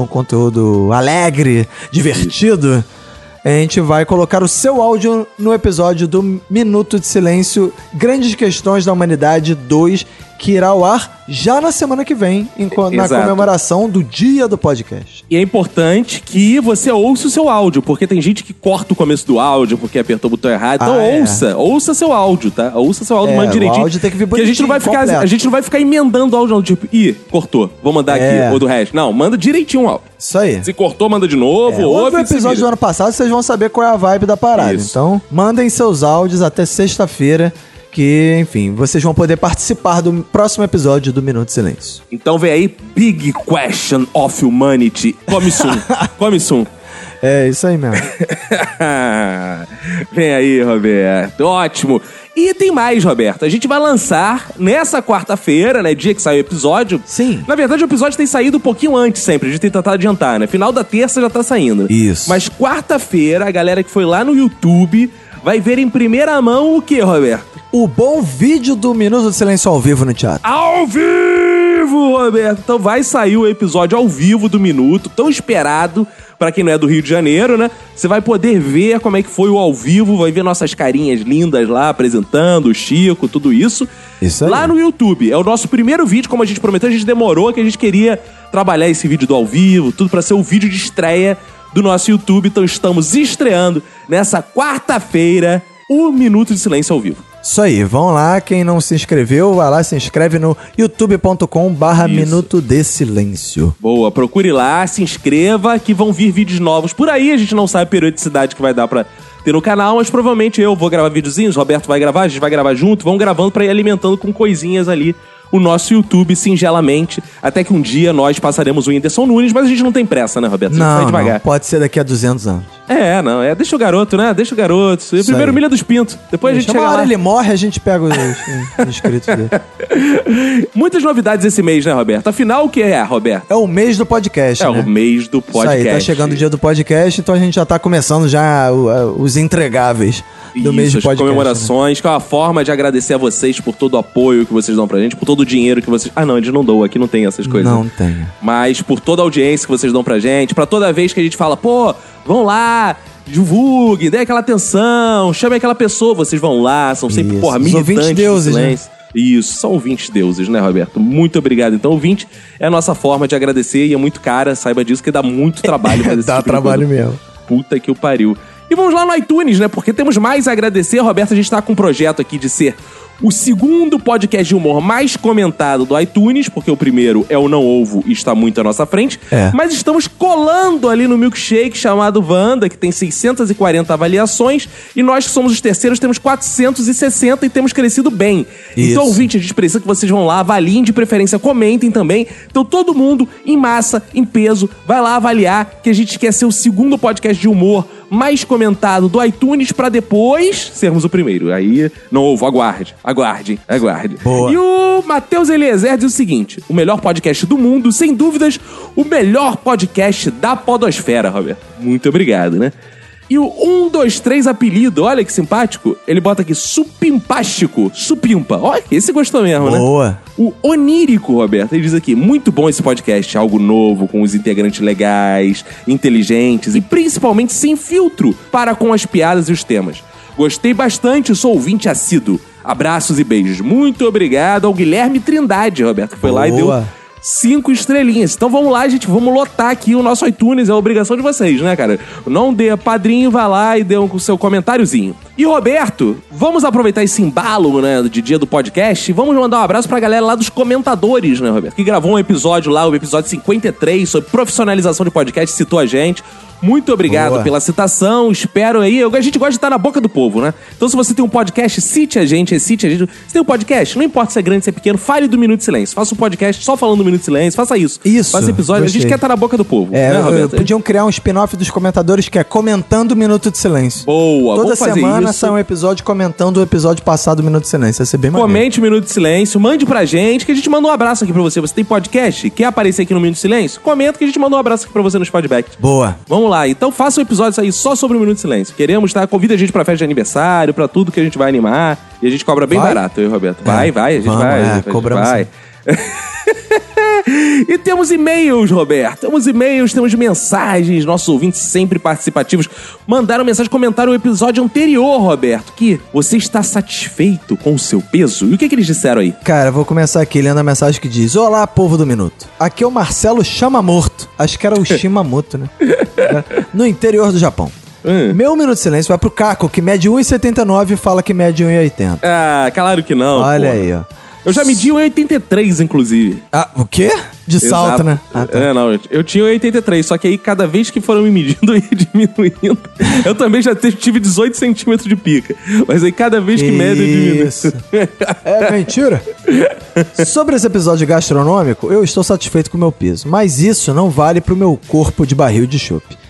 B: um conteúdo alegre, divertido, a gente vai colocar o seu áudio no episódio do Minuto de Silêncio Grandes Questões da Humanidade 2, que irá ao ar já na semana que vem, em co- na
A: Exato.
B: comemoração do dia do podcast.
A: E é importante que você ouça o seu áudio, porque tem gente que corta o começo do áudio porque apertou o botão errado. Então
B: Ah, é.
A: ouça, ouça seu áudio, tá? Ouça seu áudio,
B: É,
A: manda
B: o
A: direitinho.
B: áudio tem que vir
A: Porque a gente não vai
B: bonitinho,
A: ficar,
B: completo.
A: a gente não vai ficar emendando o áudio, não, tipo, ih, cortou, vou mandar aqui,
B: É.
A: ou do resto. Não, manda direitinho o áudio.
B: Isso aí.
A: Se cortou, manda de novo,
B: É,
A: ouve
B: Houve o
A: e se
B: episódio do
A: vira.
B: ano passado, vocês vão saber qual é a vibe da parada.
A: Isso.
B: Então, mandem seus áudios até sexta-feira, que, enfim, vocês vão poder participar do próximo episódio do Minuto de Silêncio.
A: Então vem aí Big Question of Humanity. Come soon. Come soon.
B: É isso aí mesmo.
A: Vem aí, Roberto. Ótimo. E tem mais, Roberto. A gente vai lançar nessa quarta-feira, né? Dia que sai o episódio.
B: Sim.
A: Na verdade, o episódio tem saído um pouquinho antes sempre. A gente tem tentado adiantar, né? Final da terça já tá saindo.
B: Isso.
A: Mas quarta-feira, a galera que foi lá no YouTube vai ver em primeira mão o que, Roberto?
B: O bom vídeo do Minuto de Silêncio ao vivo no teatro.
A: Ao vivo, Roberto. Então vai sair o episódio ao vivo do Minuto, tão esperado pra quem não é do Rio de Janeiro, né? Você vai poder ver como é que foi o ao vivo, vai ver nossas carinhas lindas lá apresentando, o Chico, tudo isso.
B: Isso aí.
A: Lá no YouTube. É o nosso primeiro vídeo, como a gente prometeu, a gente demorou que a gente queria trabalhar esse vídeo do ao vivo, tudo pra ser o vídeo de estreia do nosso YouTube. Então estamos estreando nessa quarta-feira o Minuto de Silêncio ao vivo.
B: Isso aí, vão lá, quem não se inscreveu, vai lá, se inscreve no youtube.com barra
A: Isso.
B: Minuto de Silêncio.
A: Boa, procure lá, se inscreva, que vão vir vídeos novos por aí. A gente não sabe a periodicidade que vai dar pra ter no canal, mas provavelmente eu vou gravar videozinhos, Roberto vai gravar, a gente vai gravar junto, vão gravando pra ir alimentando com coisinhas ali o nosso YouTube singelamente, até que um dia nós passaremos o Whindersson Nunes, mas a gente não tem pressa, né, Roberto? A gente vai
B: Não, não,
A: devagar.
B: pode ser daqui a 200 anos.
A: É, não, é, deixa o garoto, né? Deixa o garoto.
B: Isso
A: Primeiro
B: aí.
A: milha dos pintos, depois a gente
B: Uma
A: chega
B: hora
A: lá.
B: ele morre, a gente pega os, os inscritos dele.
A: Muitas novidades esse mês, né, Roberto? Afinal, o que é, Roberto?
B: É o mês do podcast,
A: É
B: né?
A: o mês do podcast.
B: Isso aí, tá chegando o dia do podcast, então a gente já tá começando já o- a- os entregáveis do
A: Isso,
B: mês do
A: as
B: podcast. né?
A: comemorações, que é uma forma de agradecer a vocês por todo o apoio que vocês dão pra gente, por todo o dinheiro que vocês. Ah, não, eles não doam, aqui não tem essas
B: né?
A: coisas.
B: Não tem.
A: Mas por toda a audiência que vocês dão pra gente, pra toda vez que a gente fala, pô, vão lá, divulgue, dê aquela atenção, chame aquela pessoa, vocês vão lá, são sempre,
B: Isso,
A: porra,
B: os ouvintes
A: militantes do
B: deuses, né?
A: silêncio. Isso, são ouvintes deuses, né, Roberto? Muito obrigado. Então, ouvinte é a nossa forma de agradecer e é muito cara, saiba disso, que dá muito trabalho fazer esse
M: Dá
A: tipo de
M: trabalho
A: coisa.
M: mesmo.
A: Puta que o pariu. E vamos lá no iTunes, né? Porque temos mais a agradecer. Roberto, a gente tá com um projeto aqui de ser o segundo podcast de humor mais comentado do iTunes, porque o primeiro é o Não Ovo e está muito à nossa frente.
B: É.
A: Mas estamos colando ali no milkshake chamado Vanda, que tem 640 avaliações, e nós que somos os terceiros temos 460 e temos crescido bem. Então,
B: Isso.
A: ouvinte, a gente precisa que vocês vão lá, avaliem, de preferência comentem também. Então, todo mundo em massa, em peso, vai lá avaliar, que a gente quer ser o segundo podcast de humor mais comentado do iTunes para depois sermos o primeiro. Aí, não ouvo, aguarde, aguarde, aguarde. E o Matheus Eliezer diz o seguinte: o melhor podcast do mundo, sem dúvidas, o melhor podcast da Podosfera, Roberto. Muito obrigado, né? E o 123 apelido, olha que simpático. Ele bota aqui supimpástico, supimpa. Olha, esse gostou mesmo, né?
B: Boa.
A: O onírico, Roberto, ele diz aqui: muito bom esse podcast, algo novo, com os integrantes legais, inteligentes e principalmente sem filtro para com as piadas e os temas. Gostei bastante, sou ouvinte assíduo. Abraços e beijos. Muito obrigado ao Guilherme Trindade, Roberto, que foi lá e deu
B: Boa.
A: cinco estrelinhas. Então vamos lá, gente, vamos lotar aqui o nosso iTunes, é a obrigação de vocês, né, cara? Não dê padrinho, vá lá e dê um, o seu comentáriozinho. E Roberto, vamos aproveitar esse embalo, né, de dia do podcast e vamos mandar um abraço pra galera lá dos comentadores, né, Roberto? Que gravou um episódio lá, o episódio 53, sobre profissionalização de podcast, citou a gente. Muito obrigado
B: Boa.
A: pela citação, espero aí. Eu- A gente gosta de estar na boca do povo, né? Então, se você tem um podcast, cite a gente, cite a gente. Você tem um podcast? Não importa se é grande, se é pequeno, fale do Minuto de Silêncio. Faça um podcast só falando do Minuto de Silêncio, faça isso. Isso. Faça episódio. A gente
B: gostei.
A: quer estar na boca do povo.
B: É,
A: né,
B: eu- eu-
A: Roberto?
B: podiam criar um spin-off dos comentadores que é Comentando o Minuto de Silêncio.
A: Boa,
B: Toda
A: vamos fazer
B: semana
A: isso.
B: sai um episódio comentando o episódio passado do Minuto de Silêncio. Ia ser bem maneiro.
A: Comente o Minuto de Silêncio, mande pra gente, que a gente manda um abraço aqui pra você. Você tem podcast? Quer aparecer aqui no Minuto de Silêncio? Comenta que a gente manda um abraço aqui pra você nos feedbacks.
B: Boa.
A: Vamos lá, então faça um episódio aí só sobre o Minuto de Silêncio. Queremos, tá? Convida a gente pra festa de aniversário, pra tudo que a gente vai animar. E a gente cobra bem
B: Vai?
A: barato, eu e o Roberto. Vai,
B: É,
A: vai, a gente
B: vamos,
A: vai.
B: é,
A: a gente
B: cobramos
A: vai.
B: sim.
A: E temos e-mails, Roberto. Temos e-mails, temos mensagens. Nossos ouvintes sempre participativos mandaram mensagem, comentaram o episódio anterior, Roberto, que você está satisfeito com o seu peso. E o que, que eles disseram aí?
B: Cara, vou começar aqui lendo a mensagem que diz: Olá, povo do minuto. Aqui é o Marcelo Chama Morto. Acho que era o Shimamoto, né? É, no interior do Japão.
A: Hum.
B: Meu minuto de silêncio vai pro Caco, que mede 1,79 e fala que mede 1,80.
A: Ah, claro que não.
B: Olha
A: porra.
B: aí, ó.
A: Eu já medi 1,83, inclusive.
B: Ah, o quê? De
A: Exato.
B: salto, né?
A: É, não, eu- eu tinha 83, só que aí cada vez que foram me medindo, eu ia diminuindo. Eu também já te- tive 18 centímetros de pica. Mas aí cada vez que medo, eu diminuo.
B: Isso. É mentira? Sobre esse episódio gastronômico, eu estou satisfeito com o meu peso, mas isso não vale pro meu corpo de barril de chope.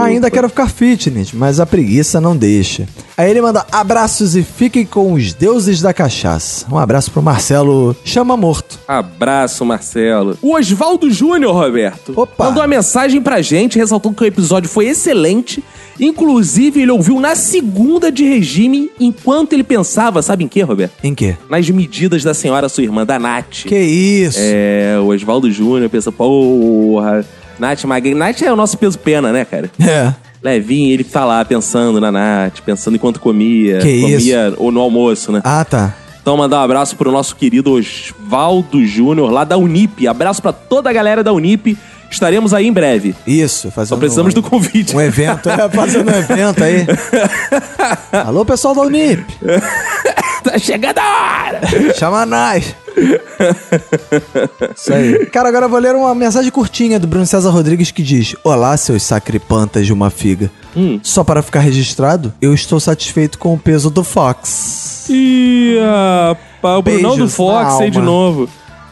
B: Ainda quero ficar fitness, mas a preguiça não deixa. Aí ele manda abraços e fiquem com os deuses da cachaça. Um abraço pro Marcelo Chama Morto.
A: Abraço, Marcelo. O Oswaldo Júnior, Roberto, mandou uma mensagem pra gente, ressaltando que o episódio foi excelente. Inclusive, ele ouviu na segunda de regime, enquanto ele pensava, sabe em quê, Roberto?
B: Em quê?
A: Nas medidas da senhora, sua irmã, da Nath.
B: Que isso?
A: É, o Oswaldo Júnior pensa, porra, Nath Magrinha. Nath é o nosso peso pena, né, cara?
B: É.
A: Levinho, ele tá lá pensando na Nath, pensando enquanto comia.
B: Que
A: comia ou no almoço, né?
B: Ah, tá.
A: Então, mandar um abraço pro nosso querido Osvaldo Júnior, lá da Unip. Abraço pra toda a galera da Unip. Estaremos aí em breve.
B: Isso, fazendo
A: Só precisamos
B: um-
A: do convite.
B: Um evento, é, fazendo um evento aí. Alô, pessoal da Unip.
A: tá chegando a hora.
B: Chama nós. Isso aí. Cara, agora eu vou ler uma mensagem curtinha do Bruno César Rodrigues que diz: Olá, seus sacripantas de uma figa.
A: Hum.
B: Só para ficar registrado, eu estou satisfeito com o peso do Fox.
A: Ih, rapaz, o
B: Beijos
A: Brunão do
B: na
A: Fox aí de
B: alma.
A: novo.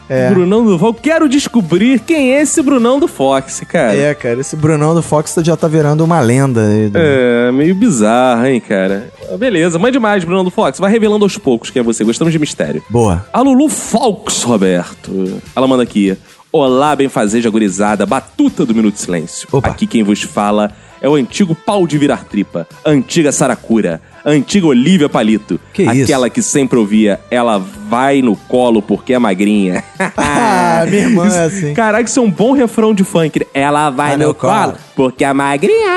B: É.
A: Brunão do Fox. Quero descobrir quem é esse Brunão do Fox, cara.
B: É, cara, esse Brunão do Fox já tá virando uma lenda. aí do-
A: É, meio bizarro, hein, cara. Beleza, mande mais, Brunão do Fox. Vai revelando aos poucos quem é você. Gostamos de mistério.
B: Boa.
A: A Lulu Fox, Roberto. Ela manda aqui. Olá, benfazeja gurizada, batuta do Minuto de Silêncio. Aqui quem vos fala é o antigo pau de virar tripa, a antiga Saracura, a antiga Olivia Palito.
B: Que isso?
A: aquela que sempre ouvia, ela vai no colo porque é magrinha.
B: Ah, minha irmã é assim.
A: Caraca, isso é um bom refrão de funk. né? Ela vai no,
B: no
A: colo,
B: colo.
A: porque é magrinha.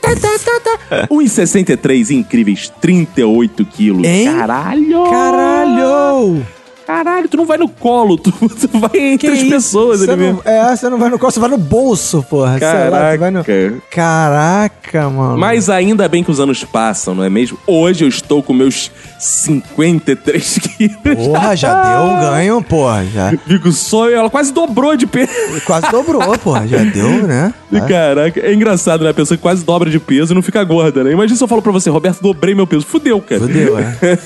A: Tá, tá, tá, tá. 1,63 incríveis, 38 quilos.
B: Hein?
A: Caralho!
B: Caralho!
A: Caralho, tu não vai no colo, tu, tu vai entre as pessoas
B: Você
A: ali mesmo.
B: não, é, você não vai no colo, você vai no bolso, porra. Sei lá, tu vai no...
A: Caraca.
B: Caraca, mano.
A: Mas ainda bem que os anos passam, não é mesmo? Hoje eu estou com meus 53 quilos.
B: Porra, já deu um ganho, porra. Já.
A: Digo só, ela quase dobrou de peso.
B: Quase dobrou, porra. Já deu, né?
A: E, Caraca, é engraçado, né? A pessoa que quase dobra de peso e não fica gorda, né? Imagina se eu falo pra você, Roberto, dobrei meu peso. Fudeu, cara.
B: Fudeu, é.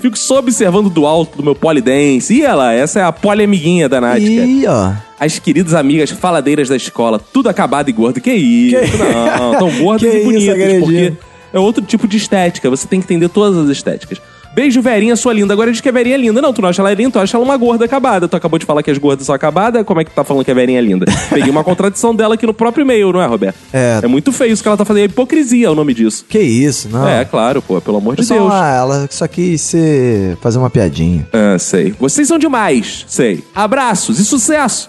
A: Fico só observando do alto do meu polidense. Ih, ela, essa é a poliamiguinha da Nath, cara.
B: Ih, ó.
A: As queridas amigas faladeiras da escola, tudo acabado e gordo. Que isso?
B: Que-
A: Não, tão gordas
B: Que
A: e
B: isso,
A: bonitas, porque
B: agredindo.
A: é outro tipo de estética. Você tem que entender todas as estéticas. Beijo, Verinha, sua linda. Agora diz que a Verinha é linda. Não, tu não acha ela linda, tu acha ela uma gorda acabada. Tu acabou de falar que as gordas são acabadas, como é que tu tá falando que a Verinha é linda? Peguei uma contradição dela aqui no próprio e-mail, não é, Roberto?
B: É.
A: É muito feio isso que ela tá fazendo. É hipocrisia o nome disso.
B: Que isso, não.
A: É, claro, pô, pelo amor de
B: Só
A: Deus.
B: lá, ela só quis ser... fazer uma piadinha.
A: Ah, sei. Vocês são demais, sei. Abraços e sucesso.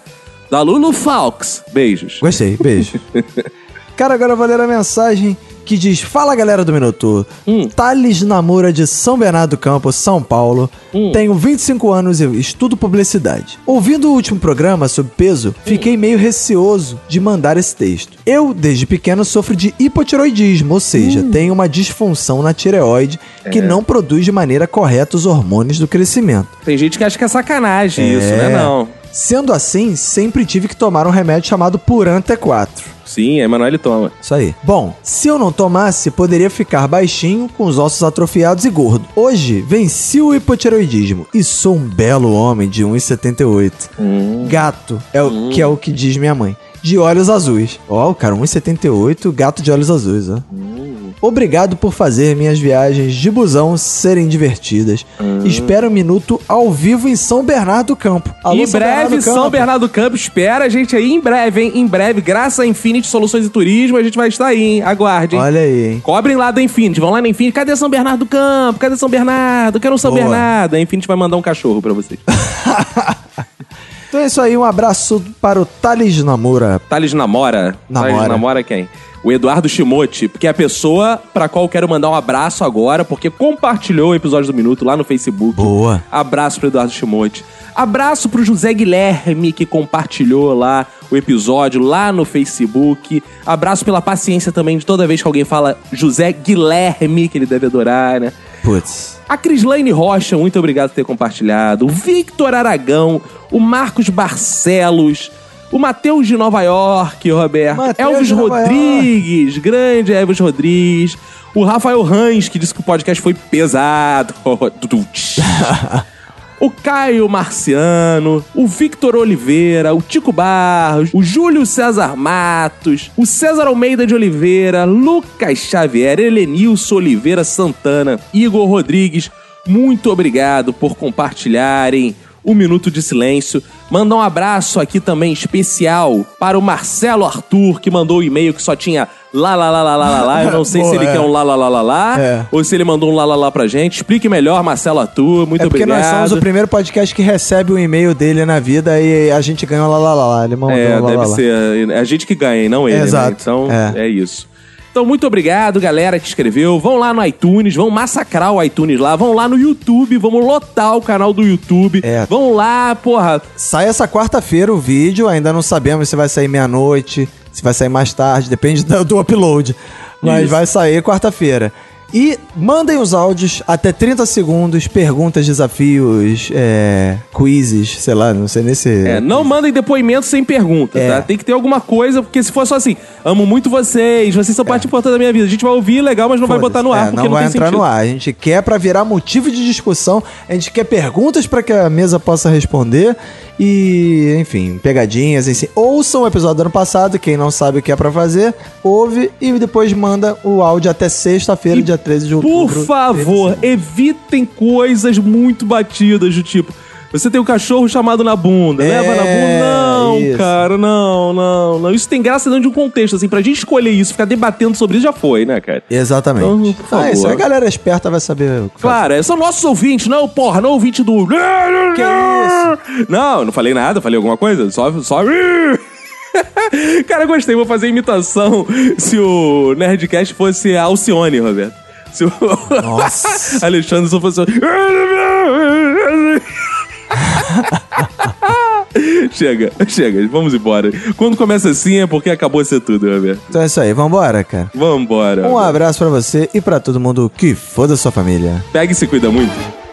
A: Da Lulu Falks. Beijos.
B: Gostei, beijo. Cara, agora eu vou ler a mensagem que diz: Fala galera do Minotauro. Thales Namura de São Bernardo do Campo, São Paulo. Tenho 25 anos e estudo publicidade. Ouvindo o último programa sobre peso, fiquei meio receoso de mandar esse texto. Eu, desde pequeno, sofro de hipotiroidismo, ou seja, tenho uma disfunção na tireoide que não produz de maneira correta os hormônios do crescimento.
A: Tem gente que acha que é sacanagem isso, né?
B: É.
A: Não.
B: Sendo assim, sempre tive que tomar um remédio chamado Puran T4.
A: Sim, a Emanuele toma.
B: Isso aí. Bom, se eu não tomasse, poderia ficar baixinho, com os ossos atrofiados e gordo. Hoje, venci o hipotiroidismo e sou um belo homem de 1,78. Gato, é o, que é o que diz minha mãe. De olhos azuis. Ó, o cara, 1,78, gato de olhos azuis, ó. Obrigado por fazer minhas viagens de busão serem divertidas. Espero um minuto ao vivo em São Bernardo do Campo. Alô,
A: em breve,
B: do Campo.
A: São Bernardo do Campo. Espera a gente aí em breve, hein? Em breve, graças a Infinity Soluções e Turismo, a gente vai estar aí, hein? Aguardem.
B: Olha aí, hein?
A: Cobrem lá da Infinity. Vão lá na Infinity. Cadê São Bernardo do Campo? Cadê São Bernardo? Quero um São
B: Boa.
A: Bernardo. A Infinity vai mandar um cachorro pra vocês.
B: Então é isso aí, um abraço para o Thales Namura.
A: Thales namora.
B: Namora.
A: Thales namora quem? O Eduardo Shimote, porque é a pessoa pra qual eu quero mandar um abraço agora, porque compartilhou o episódio do Minuto lá no Facebook.
B: Boa.
A: Abraço pro Eduardo Shimote. Abraço pro José Guilherme, que compartilhou lá o episódio lá no Facebook. Abraço pela paciência também de toda vez que alguém fala José Guilherme, que ele deve adorar, né?
B: Putz.
A: A Crislaine Rocha, muito obrigado por ter compartilhado. O Victor Aragão, o Marcos Barcelos, o Matheus de Nova York, Roberto.
B: Mateus
A: Elvis
B: de Nova
A: Rodrigues, grande Elvis Rodrigues. O Rafael Rans, que disse que o podcast foi pesado. O Caio Marciano, o Victor Oliveira, o Tico Barros, o Júlio César Matos, o César Almeida de Oliveira, Lucas Xavier, Helenilson Oliveira Santana, Igor Rodrigues, muito obrigado por compartilharem o Minuto de Silêncio. Mandar um abraço aqui também especial para o Marcelo Arthur, que mandou o e-mail que só tinha lá, lá, lá, lá, lá, lá, lá. Eu não sei se
B: Boa,
A: ele
B: é.
A: quer um lá, lá, lá, lá, lá,
B: É.
A: ou se ele mandou um lá, lá, lá pra gente. Explique melhor, Marcelo Arthur. Muito
B: é porque
A: obrigado.
B: nós somos o primeiro podcast que recebe o e-mail dele na vida e a gente ganha o lá, lá, lá, lá. Ele mandou
A: É,
B: o lá,
A: deve
B: lá, lá.
A: ser. É a gente que ganha, e não ele. né?
B: Exato.
A: Então, é.
B: É.
A: isso. Então, muito obrigado, galera que escreveu. Vão lá no iTunes, vão massacrar o iTunes lá. Vão lá no YouTube, vamos lotar o canal do YouTube.
B: É.
A: Vão lá, porra.
B: Sai essa quarta-feira o vídeo, ainda não sabemos se vai sair meia-noite, se vai sair mais tarde, depende do, do upload. Mas
A: Isso.
B: vai sair quarta-feira. E mandem os áudios até 30 segundos, perguntas, desafios, é, quizzes, sei lá, não sei nem se.
A: É, não mandem depoimento sem pergunta,
B: É.
A: tá? Tem que ter alguma coisa, porque se for só assim, amo muito vocês, vocês são parte importante da minha vida. A gente vai ouvir, legal, mas não vai
B: É. Foda-se.
A: botar no ar,
B: É,
A: porque
B: não
A: não,
B: vai
A: tem
B: entrar
A: sentido.
B: no ar. A gente quer pra virar motivo de discussão, a gente quer perguntas pra que a mesa possa responder e, enfim, pegadinhas, enfim. Ouçam o episódio do ano passado, quem não sabe o que é pra fazer, ouve e depois manda o áudio até sexta-feira,
A: E
B: dia 13 de
A: Por
B: outubro.
A: favor, evitem coisas muito batidas do tipo. Você tem um cachorro chamado na bunda,
B: É,
A: leva na bunda. Não,
B: isso.
A: cara, não, não, não. Isso tem graça dentro de um contexto, assim, pra gente escolher isso, ficar debatendo sobre isso já foi, né, cara?
B: Exatamente.
A: Então, por favor.
B: Ah, isso aí, a galera esperta vai saber o que fazer.
A: Claro, é, são nossos ouvintes, não, porra, não ouvinte do. Que isso? Não, eu não falei nada, falei alguma coisa, só. só... Cara, eu gostei, vou fazer imitação se o Nerdcast fosse a Alcione, Roberto. Se o
B: Nossa.
A: assim, Alexandre só fosse. "Ah, chega, chega, vamos embora. Quando começa assim é porque acabou ser tudo, Roberto.
B: Então é isso aí, vambora, cara.
A: Vambora.
B: Um abraço pra você e pra todo mundo que foda sua família.
A: Pega e se cuida muito.